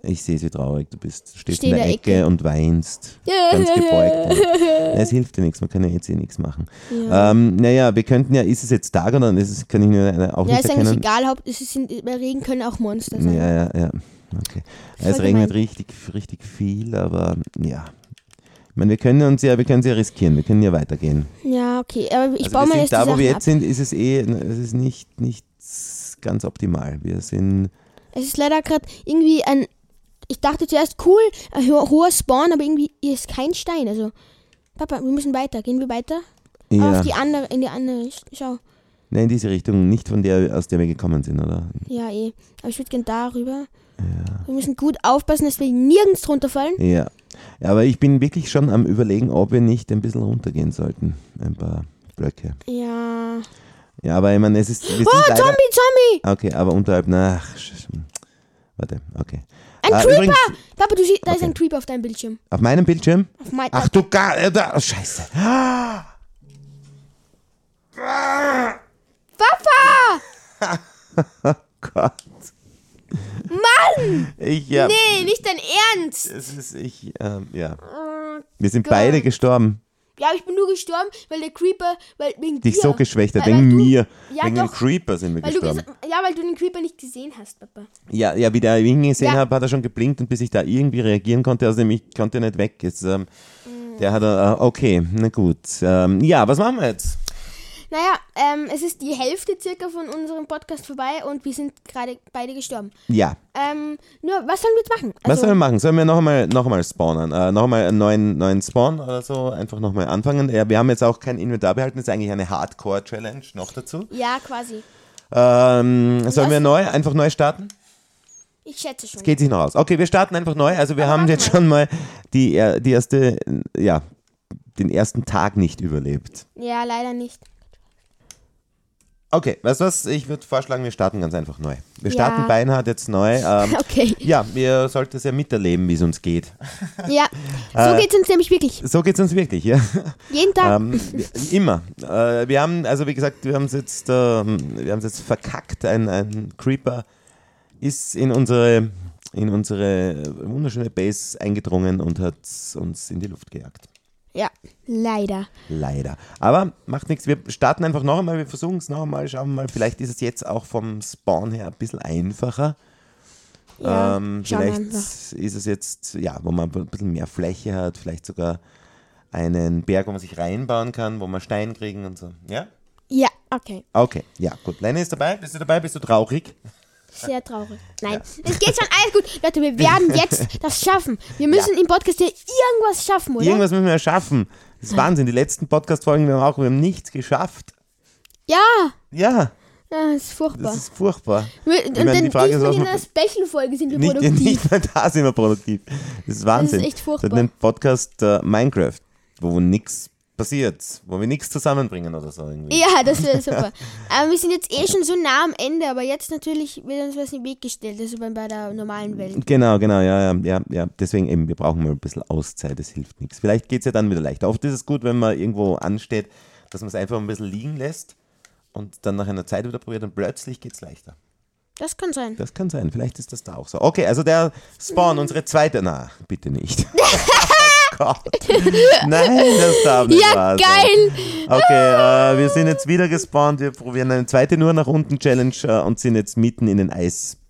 S2: Ich sehe, wie traurig du bist. Du stehst
S1: Steh
S2: in der Ecke, und weinst. Ganz gebeugt. Ja, Es hilft dir nichts, man kann ja jetzt eh nichts machen. Ähm, naja, wir könnten ja, ist es jetzt Tag oder ist es, kann ich mir auch
S1: Ja,
S2: nicht
S1: ist eigentlich
S2: erkennen.
S1: egal. Haupt, es sind, bei Regen können auch Monster sein.
S2: Ja, ja, ja. Okay.
S1: Voll
S2: Es regnet
S1: gemein.
S2: richtig, richtig viel, aber ja. Ich meine, wir können uns ja, wir können es ja riskieren, wir können ja weitergehen.
S1: Ja, okay. Aber ich
S2: Also
S1: baue mal
S2: wir sind
S1: jetzt
S2: da,
S1: die
S2: wo wir
S1: Sachen
S2: jetzt
S1: ab.
S2: sind, ist es eh, es ist nicht, nicht ganz optimal. Wir sind,
S1: Es ist leider gerade irgendwie ein. Ich dachte zuerst cool, ein ho- hoher Spawn, aber irgendwie hier ist kein Stein. Also, Papa, wir müssen weiter. Gehen wir weiter? Aber
S2: ja,
S1: Auf die andere, in die andere. Sch- Schau.
S2: nein, ne, in diese Richtung, nicht von der, aus der wir gekommen sind, oder?
S1: Ja, eh. Aber ich würde gern darüber. Wir müssen gut aufpassen, dass wir nirgends drunter fallen.
S2: Ja. Ja, Aber ich bin wirklich schon am überlegen, ob wir nicht ein bisschen runtergehen sollten. Ein paar Blöcke.
S1: Ja.
S2: Ja, aber ich meine, es ist. Wir sind
S1: Oh,
S2: leider, Ah,
S1: Zombie, Zombie!
S2: Okay, aber unterhalb, na, ach, sch- sch- warte, okay.
S1: Ein
S2: Ah,
S1: Creeper!
S2: übrigens-
S1: Papa, du siehst, da ist
S2: Okay.
S1: ein Creeper auf deinem Bildschirm.
S2: Auf meinem Bildschirm?
S1: Auf mein,
S2: Ach du Ga äh, da, oh, Scheiße. Ah,
S1: Papa!
S2: Gott. Mann! Ich, ja,
S1: Nee, nicht dein Ernst!
S2: es ist, ich, ähm, ja.
S1: Äh,
S2: Wir sind beide gestorben.
S1: Ja, ich bin nur gestorben, weil der Creeper, weil wegen
S2: Dich
S1: dir.
S2: so geschwächt hat,
S1: Weil-
S2: wegen
S1: weil du-
S2: mir.
S1: Ja,
S2: wegen dem
S1: doch.
S2: Creeper sind wir
S1: Weil du
S2: gestorben.
S1: ges- ja, weil du den Creeper nicht gesehen hast, Papa.
S2: Ja, ja, wie der hingesehen
S1: Ja.
S2: habe, hat er schon geblinkt und bis ich da irgendwie reagieren konnte, also ich konnte nicht weg. Jetzt, ähm,
S1: Mhm.
S2: Der hat, äh, okay, na gut. Ähm, ja, was machen wir jetzt?
S1: Naja, ähm, es ist die Hälfte circa von unserem Podcast vorbei und wir sind gerade beide gestorben.
S2: Ja,
S1: Ähm, nur, was sollen wir jetzt machen? Also,
S2: was sollen wir machen? Sollen wir noch einmal, noch einmal spawnen? Äh, noch einmal einen neuen, neuen Spawn oder so? Einfach noch mal anfangen. Ja, wir haben jetzt auch kein Inventar behalten, das ist eigentlich eine Hardcore-Challenge noch dazu.
S1: ja, quasi.
S2: Ähm, sollen
S1: Was?
S2: wir neu, einfach neu starten?
S1: Ich schätze schon.
S2: Geht sich noch aus. Okay, wir starten einfach neu. Also wir
S1: Aber
S2: haben
S1: warte
S2: jetzt
S1: mal.
S2: schon mal die, äh, die erste, äh, ja, den ersten Tag nicht überlebt.
S1: Ja, leider nicht.
S2: Okay, weißt du was? Ich würde vorschlagen, wir starten ganz einfach neu.
S1: Ja.
S2: Wir starten beinhart jetzt neu. Ähm,
S1: Okay.
S2: ja, ihr sollt es ja miterleben, wie es uns geht.
S1: Ja, so geht's uns nämlich wirklich.
S2: So geht es uns wirklich, ja.
S1: Jeden Tag.
S2: Äh, Ähm, immer. Äh, wir haben, also wie gesagt, wir haben es jetzt, ähm, wir haben's jetzt verkackt. Ein, ein Creeper ist in unsere, in unsere wunderschöne Base eingedrungen und hat uns in die Luft gejagt.
S1: ja, leider.
S2: Leider. Aber macht nichts. Wir starten einfach noch einmal. Wir versuchen es noch einmal. Schauen wir mal. Vielleicht ist es jetzt auch vom Spawn her ein bisschen einfacher.
S1: Ja,
S2: ähm,
S1: schauen wir
S2: vielleicht
S1: einfach.
S2: ist es jetzt, ja, wo man ein bisschen mehr Fläche hat. Vielleicht sogar einen Berg, wo man sich reinbauen kann, wo man Stein kriegen und so. Ja?
S1: Ja, okay.
S2: Okay. Ja, gut. Lenny ist dabei. Bist du dabei? Bist du traurig?
S1: Sehr traurig. Nein, es geht schon alles gut. Leute, wir werden jetzt das schaffen. Wir müssen im Podcast hier irgendwas schaffen, oder?
S2: Irgendwas müssen wir ja schaffen. Das ist Wahnsinn. Die letzten Podcast-Folgen, wir haben auch, wir haben nichts geschafft.
S1: Ja,
S2: Ja,
S1: ja, das ist furchtbar.
S2: das ist furchtbar.
S1: und
S2: meine,
S1: dann
S2: die
S1: nicht
S2: Frage ist,
S1: mal
S2: was
S1: in
S2: man-
S1: einer Special-Folge sind wir
S2: Nicht,
S1: produktiv.
S2: nicht mal da sind wir produktiv. Das ist Wahnsinn.
S1: echt furchtbar.
S2: Wir hatten einen Podcast äh, Minecraft, wo nichts passiert, wo wir nichts zusammenbringen oder so irgendwie.
S1: Ja, das wäre super. aber wir sind jetzt eh schon so nah am Ende, aber jetzt natürlich wird uns was in den Weg gestellt, also bei, bei der normalen Welt.
S2: Genau, genau, ja, ja, ja, ja. Deswegen eben, wir brauchen mal ein bisschen Auszeit, das hilft nichts. Vielleicht geht es ja dann wieder leichter. Oft ist es gut, wenn man irgendwo ansteht, dass man es einfach ein bisschen liegen lässt und dann nach einer Zeit wieder probiert und plötzlich geht es leichter.
S1: Das kann sein.
S2: Das kann sein. Vielleicht ist das da auch so. Okay, also der Spawn, unsere zweite. Na, bitte nicht. Oh Gott. Nein, das darf nicht
S1: Ja,
S2: wahr sein.
S1: geil!
S2: Okay, äh, wir sind jetzt wieder gespawnt. Wir probieren eine zweite Nur nach unten Challenge äh, und sind jetzt mitten in den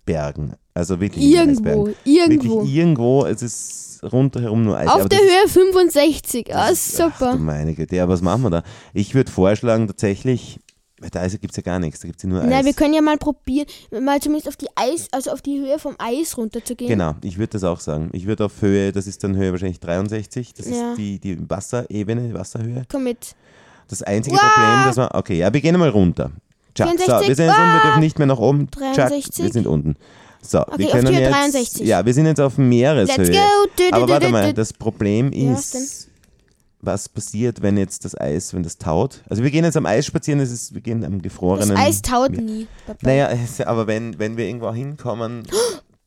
S2: Eisbergen. Also wirklich in den
S1: Irgendwo,
S2: Eisbergen.
S1: irgendwo.
S2: Wirklich irgendwo. Es ist rundherum nur Eis.
S1: Auf
S2: aber
S1: der
S2: das
S1: Höhe 65. Ah,
S2: Ach du
S1: super.
S2: meine Güte, ja, was machen wir da? Ich würde vorschlagen, tatsächlich, weil da gibt es ja gar nichts, da gibt es ja nur Eis.
S1: Na, wir können ja mal probieren, mal zumindest auf die Eis, also auf die Höhe vom Eis runterzugehen.
S2: genau, ich würde das auch sagen. Ich würde auf Höhe, das ist dann Höhe wahrscheinlich 63, das
S1: Ja.
S2: ist die, die Wasserebene, die Wasserhöhe.
S1: Komm mit.
S2: Das einzige
S1: Wow.
S2: Problem, dass wir, okay, ja, wir gehen einmal runter. Chuck, so,
S1: 64,
S2: wir sind jetzt unten, wir
S1: wow.
S2: dürfen nicht mehr nach oben. Chuck,
S1: 63.
S2: wir sind unten. So, wir
S1: auf
S2: können
S1: Höhe
S2: jetzt,
S1: 63.
S2: Ja, wir sind jetzt auf Meereshöhe.
S1: Let's go. Du, du,
S2: Aber
S1: du,
S2: warte
S1: du,
S2: mal,
S1: du.
S2: das Problem
S1: Ja, was
S2: ist, was passiert, wenn jetzt das Eis, wenn das taut? Also wir gehen jetzt am Eis spazieren, das ist, wir gehen am
S1: Das
S2: gefrorenen...
S1: Eis taut
S2: Meer.
S1: nie. Papa.
S2: Naja, es- aber wenn, wenn wir irgendwo hinkommen,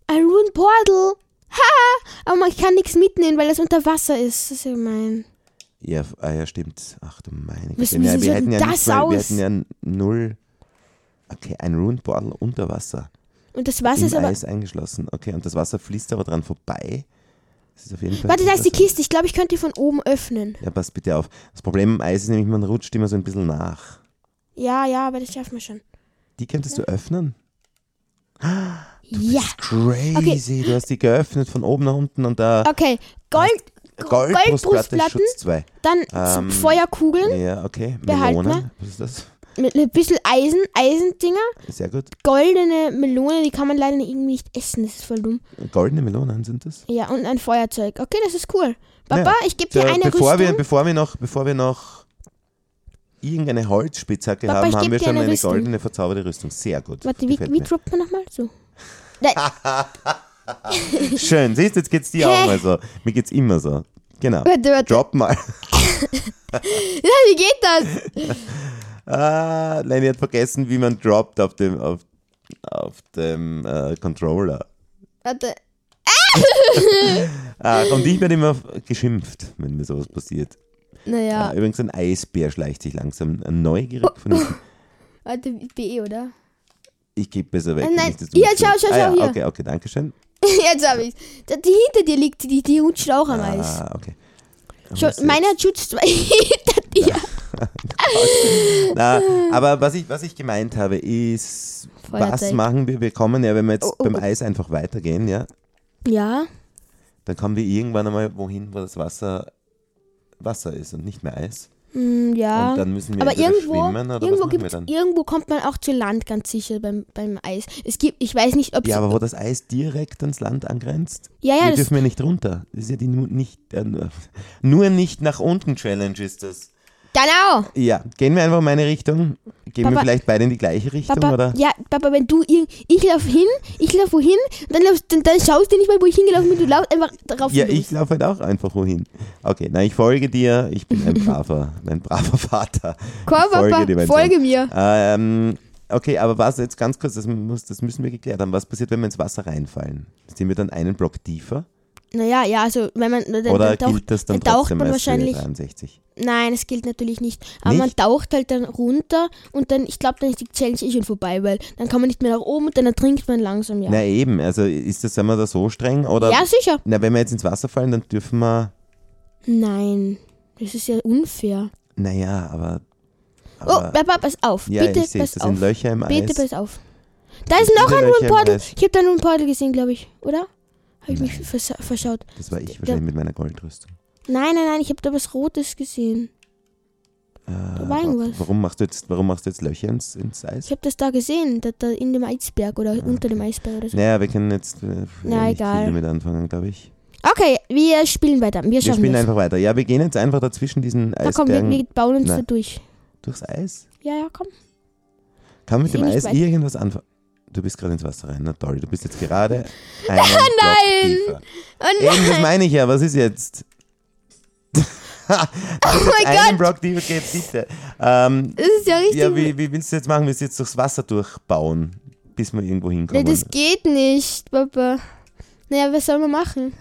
S1: Ein Ruined Portal. Ha! Aber man kann nichts mitnehmen, weil das unter Wasser ist. Das ist ja gemein.
S2: ja, f- ah, ja stimmt, ach du meine
S1: Was- wieso
S2: Güte, ja, wir
S1: schaut
S2: hätten ja
S1: denn
S2: nicht
S1: das
S2: mal, wir
S1: aus?
S2: hätten ja null, okay, ein Ruined Portal unter Wasser.
S1: Und das Wasser
S2: im
S1: ist aber.
S2: Eis eingeschlossen. Okay, und das Wasser fließt aber dran vorbei. Das ist auf jeden Fall
S1: Warte, da ist die
S2: interessant.
S1: Kiste. Ich glaube, ich könnte die von oben öffnen.
S2: Ja, pass bitte auf. Das Problem am Eis ist nämlich, man rutscht immer so ein bisschen nach.
S1: Ja, ja, aber das schaffen wir schon.
S2: Die könntest du öffnen?
S1: Ja.
S2: Crazy, du hast die geöffnet von oben nach unten und da
S1: Okay. Äh, Gold,
S2: Goldbrustplatte
S1: Goldbrustplatten,
S2: Schutz 2.
S1: dann
S2: Ähm,
S1: Feuerkugeln
S2: Ja, okay.
S1: Behalten
S2: Melonen. Was ist das?
S1: mit ein bisschen Eisen, Eisendinger,
S2: Sehr gut.
S1: goldene Melone, die kann man leider irgendwie nicht essen. Das ist voll dumm.
S2: Goldene Melonen sind das.
S1: Ja, und ein Feuerzeug. Okay, das ist cool. Papa,
S2: Naja,
S1: ich gebe dir
S2: Da-
S1: eine
S2: bevor
S1: Rüstung.
S2: Wir, bevor, wir noch, bevor wir noch irgendeine Holzspitzhacke
S1: Papa,
S2: haben,
S1: ich
S2: haben
S1: geb
S2: wir
S1: dir
S2: schon
S1: eine
S2: eine
S1: Rüstung.
S2: goldene, verzauberte Rüstung. Sehr gut.
S1: Warte, wie,
S2: Gefällt
S1: wie
S2: mir.
S1: droppt man nochmal? So.
S2: Schön, siehst du, jetzt geht's dir auch
S1: Hä?
S2: mal so. Mir geht's immer so. Genau.
S1: Warte, warte.
S2: Drop mal.
S1: Ja, wie geht das?
S2: Ah, Lenny hat vergessen, wie man droppt auf dem, auf, auf dem äh, Controller.
S1: Warte.
S2: Ah, und ich werde immer geschimpft, wenn mir sowas passiert.
S1: Naja,
S2: Ah, übrigens, ein Eisbär schleicht sich langsam neugierig von hinten.
S1: warte, BE, oder?
S2: Ich gebe besser weg.
S1: Äh, nein.
S2: nicht, dass du
S1: Hier,
S2: mich
S1: schau,
S2: schimpfst.
S1: schau,
S2: ah, ja,
S1: schau hier.
S2: Okay, okay, danke schön.
S1: Jetzt hab ich's. Da, die hinter dir liegt, die, die rutscht auch am Eis.
S2: Ah, okay.
S1: Schau,
S2: Muss
S1: meiner hat Schutz zwei hinter dir.
S2: Na, aber was ich, was ich gemeint habe, ist, was
S1: Feuerzeug.
S2: machen wir? Wir kommen ja, wenn wir jetzt
S1: Oh, oh,
S2: beim
S1: oh.
S2: Eis einfach weitergehen, ja,
S1: Ja,
S2: dann kommen wir irgendwann einmal wohin, wo das Wasser Wasser ist und nicht mehr Eis.
S1: mm, ja.
S2: Und dann müssen wir
S1: Aber
S2: entweder
S1: irgendwo,
S2: schwimmen oder was
S1: irgendwo,
S2: machen wir
S1: gibt's,
S2: dann?
S1: irgendwo kommt man auch zu Land ganz sicher beim, beim Eis. Es gibt, ich weiß nicht, ob
S2: Ja,
S1: es-
S2: aber wo das Eis direkt ans Land angrenzt,
S1: ja, ja,
S2: wir
S1: das,
S2: dürfen ja nicht runter. Das ist ja die nur nicht, äh, nur- nur nicht nach unten Challenge ist das.
S1: genau.
S2: Ja, gehen wir einfach in meine Richtung. Gehen wir
S1: Papa-
S2: vielleicht beide in die gleiche Richtung,
S1: Papa,
S2: oder?
S1: ja, Papa, wenn du ir- ich lauf hin, ich lauf wohin, und dann, laufst, dann, dann schaust du nicht mal, wo ich hingelaufen bin, du laufst einfach drauf
S2: Ja,
S1: los.
S2: ich laufe halt auch einfach wohin. Okay, na, ich folge dir. Ich bin ein braver, ein braver Vater.
S1: Komm,
S2: Ich folge
S1: Papa,
S2: dir, mein
S1: folge mir.
S2: Ähm, okay, aber was jetzt ganz kurz, das, muss, das müssen wir geklärt haben. Was passiert, wenn wir ins Wasser reinfallen? Sind wir dann einen Block tiefer?
S1: Naja, ja, also wenn man dann,
S2: Oder
S1: dann taucht,
S2: gilt das dann
S1: dann taucht
S2: trotzdem
S1: man
S2: als Höhe
S1: wahrscheinlich-
S2: 63?
S1: nein, das gilt natürlich nicht. Aber man
S2: Nicht?
S1: taucht halt dann runter und dann, ich glaube, dann ist die Challenge eh schon vorbei, weil dann kann man nicht mehr nach oben und dann ertrinkt man langsam, ja.
S2: Na eben, also ist das, sind wir da so streng? Oder,
S1: ja, sicher.
S2: Na, wenn wir jetzt ins Wasser fallen, dann dürfen wir,
S1: Nein, das ist ja unfair.
S2: naja, aber...
S1: Oh,
S2: aber
S1: Papa, pass auf.
S2: ja,
S1: Bitte,
S2: ich sehe, das
S1: pass
S2: sind
S1: auf.
S2: Löcher im
S1: Bitte,
S2: Eis.
S1: pass auf. Da ist noch
S2: viele
S1: ein
S2: Löcher
S1: Room
S2: im
S1: Portal.
S2: Eis.
S1: Ich habe da einen Room Portal gesehen, glaube ich, oder? Habe ich mich versa verschaut?
S2: Das war ich
S1: Da-
S2: wahrscheinlich mit meiner Goldrüstung.
S1: Nein, nein, nein, ich habe da was Rotes gesehen.
S2: Äh,
S1: war
S2: wa-
S1: irgendwas.
S2: warum, machst du jetzt, warum machst du jetzt Löcher ins, ins Eis?
S1: Ich habe das da gesehen, da, da in dem Eisberg
S2: Ah,
S1: oder unter dem Eisberg oder so.
S2: Naja, wir können jetzt äh,
S1: Na,
S2: nicht viel
S1: egal.
S2: damit anfangen, glaube ich.
S1: Okay, wir spielen weiter. Wir
S2: Wir
S1: schaffen
S2: spielen
S1: das.
S2: einfach weiter. Ja, wir gehen jetzt einfach dazwischen diesen
S1: Na komm, wir,
S2: Eisbergen
S1: wir bauen uns
S2: Nein.
S1: da durch.
S2: durchs Eis.
S1: Ja, ja, komm.
S2: Kann man mit
S1: Geh
S2: dem
S1: nicht
S2: Eis
S1: weit.
S2: irgendwas anfangen? Du bist gerade ins Wasser rein, na toll. Du bist jetzt gerade einen Block tiefer.
S1: Oh nein,
S2: Eben, das meine ich ja. Was ist jetzt? oh mein einen Block tiefer geht, bitte. Ähm,
S1: das ist ja richtig.
S2: ja, wie, wie willst du jetzt machen? Willst du jetzt durchs Wasser durchbauen, bis wir irgendwo
S1: nee,
S2: hinkommen?
S1: das geht nicht, Papa. Naja, was soll man machen?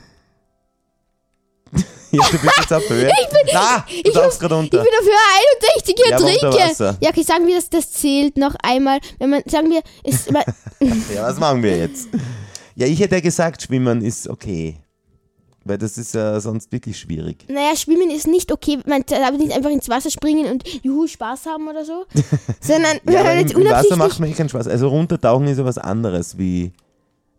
S2: Ja, du bist jetzt auf Höhe.
S1: Ich bin-
S2: Na, du
S1: ich
S2: darfst
S1: hab-
S2: gerade
S1: Ich bin
S2: runter.
S1: auf Höhe 61 hier
S2: Ja, aber unter Wasser.
S1: trinke. Ja, okay, sagen wir, dass das zählt noch einmal. Wenn man, sagen wir, ist immer,
S2: Ja, was machen wir jetzt? Ja, ich hätte ja gesagt, Schwimmen ist okay. Weil das ist ja sonst wirklich schwierig.
S1: naja, schwimmen ist nicht okay. Man darf nicht einfach ins Wasser springen und juhu, Spaß haben oder so. Sondern,
S2: Ja,
S1: wenn
S2: aber
S1: man
S2: im,
S1: jetzt
S2: im Wasser macht
S1: unabsichtlich,
S2: man eh keinen Spaß. Also runtertauchen ist ja was anderes wie,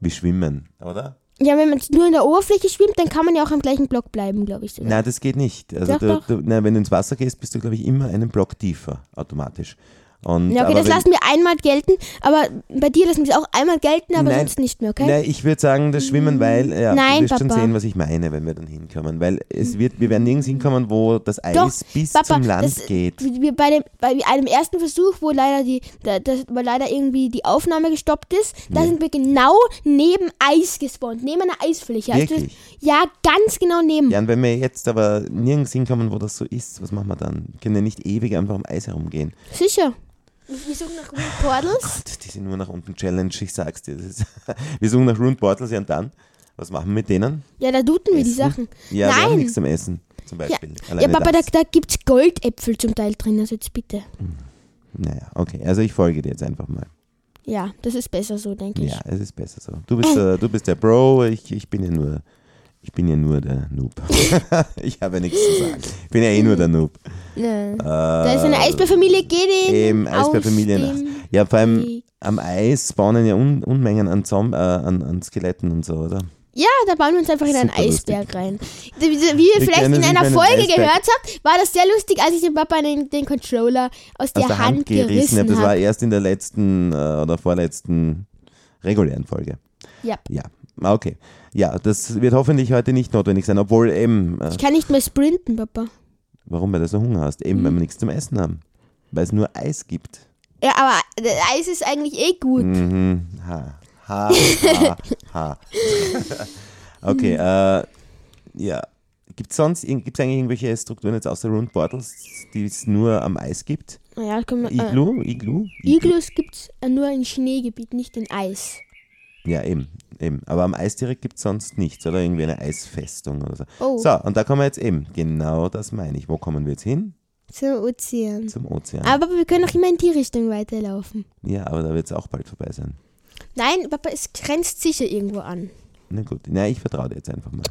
S2: wie Schwimmen, oder?
S1: ja, wenn man jetzt nur in der Oberfläche schwimmt, dann kann man ja auch am gleichen Block bleiben, glaube ich. sogar.
S2: Nein, das geht nicht. Also
S1: Doch,
S2: du,
S1: doch.
S2: Du, nein, wenn du ins Wasser gehst, bist du, glaube ich, immer einen Block tiefer, automatisch. Und,
S1: Ja, okay,
S2: aber
S1: das
S2: wenn-
S1: lassen wir einmal gelten, aber bei dir lassen wir es auch einmal gelten, aber
S2: Nein.
S1: sonst nicht mehr, okay? Mm.
S2: Nein, ich würde sagen, das Schwimmen, weil ja,
S1: Nein,
S2: du wirst schon
S1: Papa.
S2: sehen, was ich meine, wenn wir dann hinkommen. Weil es wird, wir werden nirgends hinkommen, wo das Eis
S1: Doch,
S2: bis
S1: Papa,
S2: zum Land
S1: das-
S2: geht.
S1: Wie wir bei, dem, bei einem ersten Versuch, wo leider die, da, das, wo leider irgendwie die Aufnahme gestoppt ist, da sind wir genau neben Eis gespawnt, neben einer Eisfläche. Hast du das-
S2: Wirklich?
S1: ja, ganz genau neben.
S2: Ja, und wenn wir jetzt aber nirgends hinkommen, wo das so ist, was machen wir dann? Wir können ja nicht ewig einfach am Eis herumgehen.
S1: Sicher. Wir suchen nach Green Portals.
S2: Gott, diese nur nach unten Challenge, ich sag's dir. Das ist wir suchen nach Rund Portals, ja und dann? Was machen wir mit denen?
S1: Ja, da duten wir die
S2: Essen?
S1: Sachen.
S2: Ja, wir haben
S1: Nein.
S2: nichts zum Essen, zum
S1: Ja,
S2: Beispiel.
S1: ja
S2: Alleine
S1: Papa, da,
S2: das.
S1: da gibt es Goldäpfel zum Teil drin, also jetzt bitte.
S2: Naja, okay, also ich folge dir jetzt einfach mal.
S1: Ja, das ist besser so, denke ich.
S2: Ja, es ist besser so. Du bist, der, du bist der Bro, ich, ich bin ja nur. Ich bin ja nur der Noob. ich habe ja nichts zu sagen. Ich bin ja eh nur der Noob.
S1: Ja.
S2: Da
S1: Da ist eine Eisbärfamilie, geh den
S2: Äh, Eben, Eisbärfamilie.
S1: aus dem
S2: Ja, vor allem
S1: Weg.
S2: am Eis spawnen ja Un Unmengen an, Zom äh, an, an Skeletten und so, oder?
S1: Ja, da bauen wir uns einfach in einen
S2: Super lustig.
S1: Eisberg rein. Wie wie ihr vielleicht
S2: können
S1: in
S2: sich
S1: einer
S2: einen
S1: Folge
S2: Eisberg-
S1: gehört habt, war das sehr lustig, als ich dem Papa den, den Controller aus der,
S2: Aus der
S1: Hand, gerissen
S2: habe. Das war
S1: habe.
S2: erst in der letzten äh, oder vorletzten regulären Folge.
S1: Ja.
S2: Ja, okay. Ja, das wird hoffentlich heute nicht notwendig sein, obwohl eben, äh,
S1: Ich kann nicht mehr sprinten, Papa.
S2: warum, weil du so Hunger hast, eben, weil
S1: Mhm.
S2: wir nichts zum Essen haben. Weil es nur Eis gibt.
S1: Ja, aber das Eis ist eigentlich eh gut.
S2: Mhm. Ha. Ha. Ha. ha. okay, äh, ja. Gibt es sonst irg- gibt's eigentlich irgendwelche Strukturen jetzt außer Rund Portals, die es nur am Eis gibt?
S1: Naja, können wir, äh,
S2: Iglu? Iglu?
S1: Iglus gibt's äh, nur in Schneegebiet, nicht in Eis.
S2: Ja, eben. eben. Aber am Eis direkt gibt es sonst nichts, oder? Irgendwie eine Eisfestung oder so.
S1: Oh.
S2: So, und da kommen wir jetzt eben. Genau das meine ich. Wo kommen wir jetzt hin?
S1: Zum Ozean.
S2: Zum Ozean.
S1: Aber wir können auch immer in die Richtung weiterlaufen.
S2: ja, aber da wird es auch bald vorbei sein.
S1: Nein, Papa, es grenzt sicher irgendwo an.
S2: Na gut. Na, ich vertraue dir jetzt einfach mal.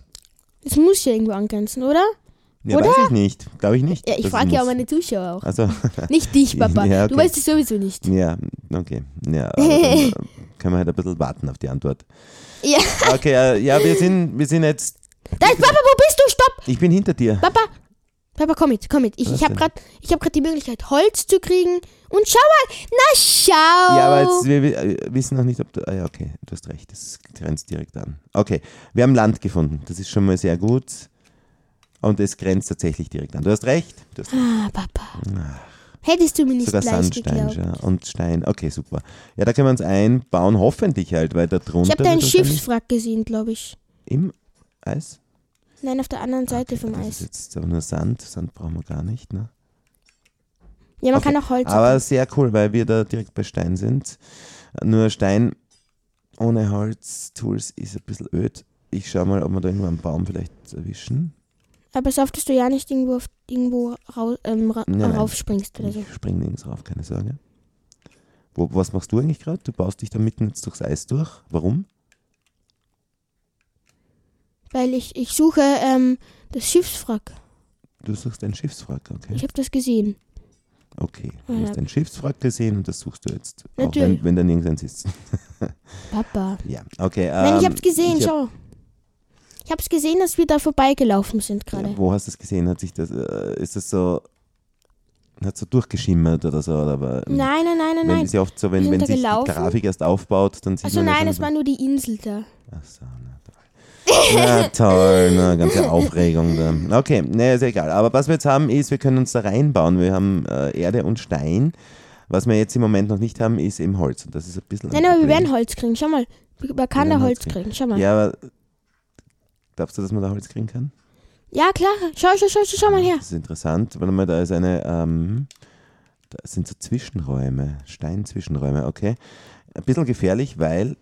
S1: Es muss ja irgendwo angrenzen, oder?
S2: Ja,
S1: Oder?
S2: weiß ich nicht. Glaube ich nicht.
S1: Ja, ich
S2: Das
S1: frage ja auch
S2: muss-
S1: meine Zuschauer auch.
S2: Also,
S1: Nicht dich, Papa.
S2: Ja, okay.
S1: Du weißt es sowieso nicht.
S2: Ja, okay. Ja, aber dann äh, können wir halt ein bisschen warten auf die Antwort.
S1: Ja.
S2: Okay, äh, ja, wir sind, wir sind jetzt.
S1: Da ist Papa, wo bist du? Stopp!
S2: Ich bin hinter dir.
S1: Papa! Papa, komm mit, komm mit. Ich,
S2: Was
S1: ich habe
S2: denn?
S1: gerade hab grad die Möglichkeit, Holz zu kriegen. Und schau mal! Na, schau!
S2: Ja, aber jetzt, wir wir, äh, wissen noch nicht, ob du. Ah, ja, okay, du hast recht. Das grenzt direkt an. Okay, wir haben Land gefunden. Das ist schon mal sehr gut. Und es grenzt tatsächlich direkt an. Du hast recht. Du hast
S1: Ah, Papa. Hättest du mir nicht
S2: sogar
S1: gleich
S2: Sandstein
S1: geglaubt.
S2: ja, und Stein. Okay, super. Ja, da können wir uns einbauen, hoffentlich halt, weil da drunter.
S1: Ich habe da ein
S2: wird wahrscheinlich-
S1: Schiffswrack gesehen, glaube ich.
S2: Im Eis?
S1: Nein, auf der anderen Seite vom
S2: Das ist
S1: Eis.
S2: jetzt aber nur Sand. Sand brauchen wir gar nicht, ne?
S1: Ja, man
S2: Okay,
S1: kann auch Holz.
S2: Aber sehr cool, weil wir da direkt bei Stein sind. Nur Stein ohne Holztools ist ein bisschen öd. Ich schau mal, ob wir da irgendwo einen Baum vielleicht erwischen.
S1: aber softest du ja nicht irgendwo, auf, irgendwo raus, ähm, ra
S2: Nein, Mhm. nein.
S1: raufspringst oder so.
S2: Ich springe nirgends rauf, keine Sorge. Wo, was machst du eigentlich gerade? Du baust dich da mitten jetzt durchs Eis durch. Warum?
S1: Weil ich, ich suche ähm, das Schiffswrack.
S2: Du suchst ein Schiffswrack, okay?
S1: Ich habe das gesehen.
S2: Okay, du
S1: Ja.
S2: hast ein Schiffswrack gesehen und das suchst du jetzt. Auch
S1: Natürlich.
S2: wenn, wenn da nirgends eins ist.
S1: Papa.
S2: Ja, okay.
S1: Nein, ich
S2: ähm,
S1: hab's gesehen,
S2: ich
S1: schau.
S2: hab-
S1: Ich hab's gesehen, dass wir da vorbeigelaufen sind gerade.
S2: Wo hast du es gesehen? Hat sich das, äh, ist das so, hat so durchgeschimmert oder so? Oder, aber, ähm,
S1: nein, nein, nein, nein,
S2: Wenn,
S1: nein.
S2: ist ja oft so, wenn,
S1: Wir sind
S2: wenn
S1: da
S2: sich die
S1: gelaufen.
S2: Grafik erst aufbaut, dann sieht
S1: Also
S2: man ja
S1: nein,
S2: schon
S1: es
S2: so-
S1: war nur die Insel da.
S2: Ach so, na toll. Na toll, na, ganze Aufregung da. Okay, ne, ist egal. Aber was wir jetzt haben, ist, wir können uns da reinbauen. Wir haben äh, Erde und Stein. Was wir jetzt im Moment noch nicht haben, ist eben Holz. Und das ist ein bisschen. ein
S1: Nein, aber wir
S2: Problem.
S1: werden Holz kriegen. Schau mal. Man kann
S2: werden
S1: da
S2: Holz
S1: Holz kriegen. Schau mal. Ja,
S2: Ja, aber. Glaubst du, dass man da Holz kriegen kann?
S1: klar. Schau, schau, schau, schau, schau mal her.
S2: Das ist interessant, weil man da ist eine, ähm, da sind so Zwischenräume, Steinzwischenräume, okay. Ein bisschen gefährlich, weil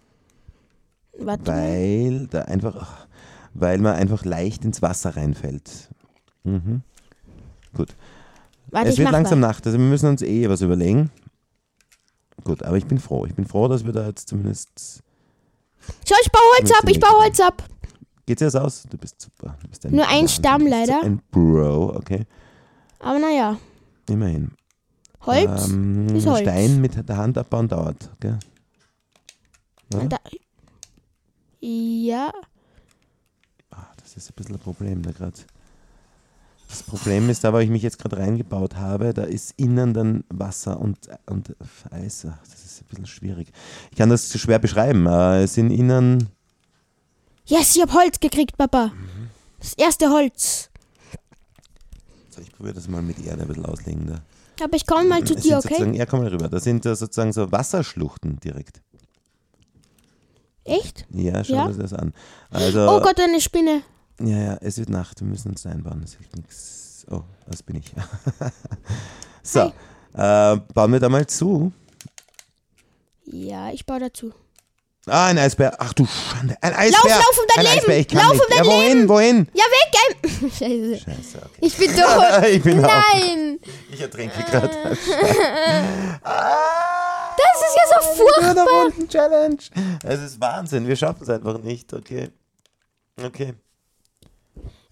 S1: Warte mal.
S2: weil da einfach, ach, weil man einfach leicht ins Wasser reinfällt. Mhm. Gut.
S1: Warte,
S2: es
S1: ich
S2: wird
S1: mach
S2: langsam
S1: mal.
S2: Nacht, also wir müssen uns eh was überlegen. Gut, aber ich bin froh. Ich bin froh, dass wir da jetzt zumindest.
S1: Schau, ich baue Holz
S2: Müsste
S1: ab, ich
S2: nicht
S1: baue
S2: sein.
S1: Holz ab.
S2: Geht's dir das aus? Du bist super. Du bist ein
S1: Nur ein
S2: Mann.
S1: Stamm
S2: Du bist so
S1: leider.
S2: Ein Bro, okay.
S1: Aber naja,
S2: Immerhin.
S1: Holz.
S2: Ähm,
S1: ist Holz.
S2: Stein mit der Hand abbauen dauert. Gell? oder?
S1: Da, ja,
S2: Ah, das ist ein bisschen ein Problem da gerade. Das Problem ist, da wo ich mich jetzt gerade reingebaut habe, da ist innen dann Wasser und, und Eis. Ach, das ist ein bisschen schwierig. Ich kann das schwer beschreiben. Äh, Es sind innen.
S1: yes, ich hab Holz gekriegt, Papa.
S2: Mhm.
S1: Das erste Holz.
S2: So, ich probiere das mal mit Erde ein bisschen auslegen. Da.
S1: Aber ich komme mal zu
S2: Ähm, Es
S1: dir,
S2: sind
S1: okay?
S2: sozusagen- Ja, komm mal rüber. Das sind äh, sozusagen so Wasserschluchten direkt.
S1: Echt?
S2: Ja, schau
S1: Ja.
S2: dir das an. Also,
S1: Oh Gott, eine Spinne.
S2: Ja, ja, es wird Nacht, wir müssen uns einbauen. Es hilft nichts. Oh, das bin ich. so, äh, bauen wir da mal zu.
S1: Ja, ich baue dazu.
S2: Ah, ein Eisbär. Ach du Schande. Ein Eisbär.
S1: lauf um dein
S2: ein
S1: Leben.
S2: Eisbär. Ich kann
S1: Lauf um
S2: nicht.
S1: dein
S2: ja, wohin,
S1: Leben.
S2: wohin?
S1: Ja, weg! Ähm. Scheiße.
S2: Scheiße, okay. Ah,
S1: Ich bin tot.
S2: Ich bin auch.
S1: Nein!
S2: Ich ertrinke gerade.
S1: Das ist ja so furchtbar.
S2: Nur nach unten Challenge. Es ist Wahnsinn. Wir schaffen es einfach nicht. Okay. Okay.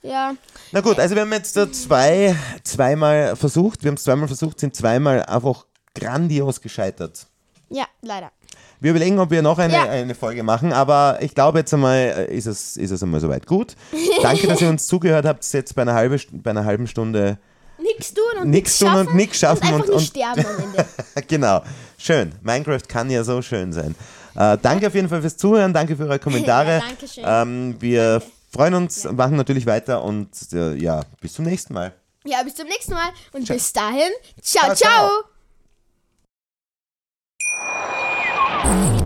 S1: Ja,
S2: Na gut, also wir haben jetzt da zwei, zweimal versucht. Wir haben es zweimal versucht, sind zweimal einfach grandios gescheitert.
S1: ja, leider.
S2: Wir überlegen, ob wir noch eine,
S1: Ja.
S2: eine Folge machen, aber ich glaube, jetzt einmal äh, ist es, ist es einmal soweit gut. Danke, dass ihr uns zugehört habt. Jetzt bei einer, halbe, St- bei einer halben Stunde.
S1: Nichts tun und
S2: Nix
S1: nichts
S2: tun und
S1: schaffen.
S2: nix schaffen
S1: und einfach
S2: und-
S1: nicht
S2: und-
S1: sterben am Ende.
S2: genau, schön. Minecraft kann ja so schön sein. Äh, danke auf jeden Fall fürs Zuhören, danke für eure Kommentare.
S1: Ja, danke schön.
S2: Ähm, wir freuen uns, machen natürlich weiter und äh, ja, bis zum nächsten Mal.
S1: Ja, bis zum nächsten Mal und bis dahin. Ciao,
S2: Ciao, ciao.
S1: ciao.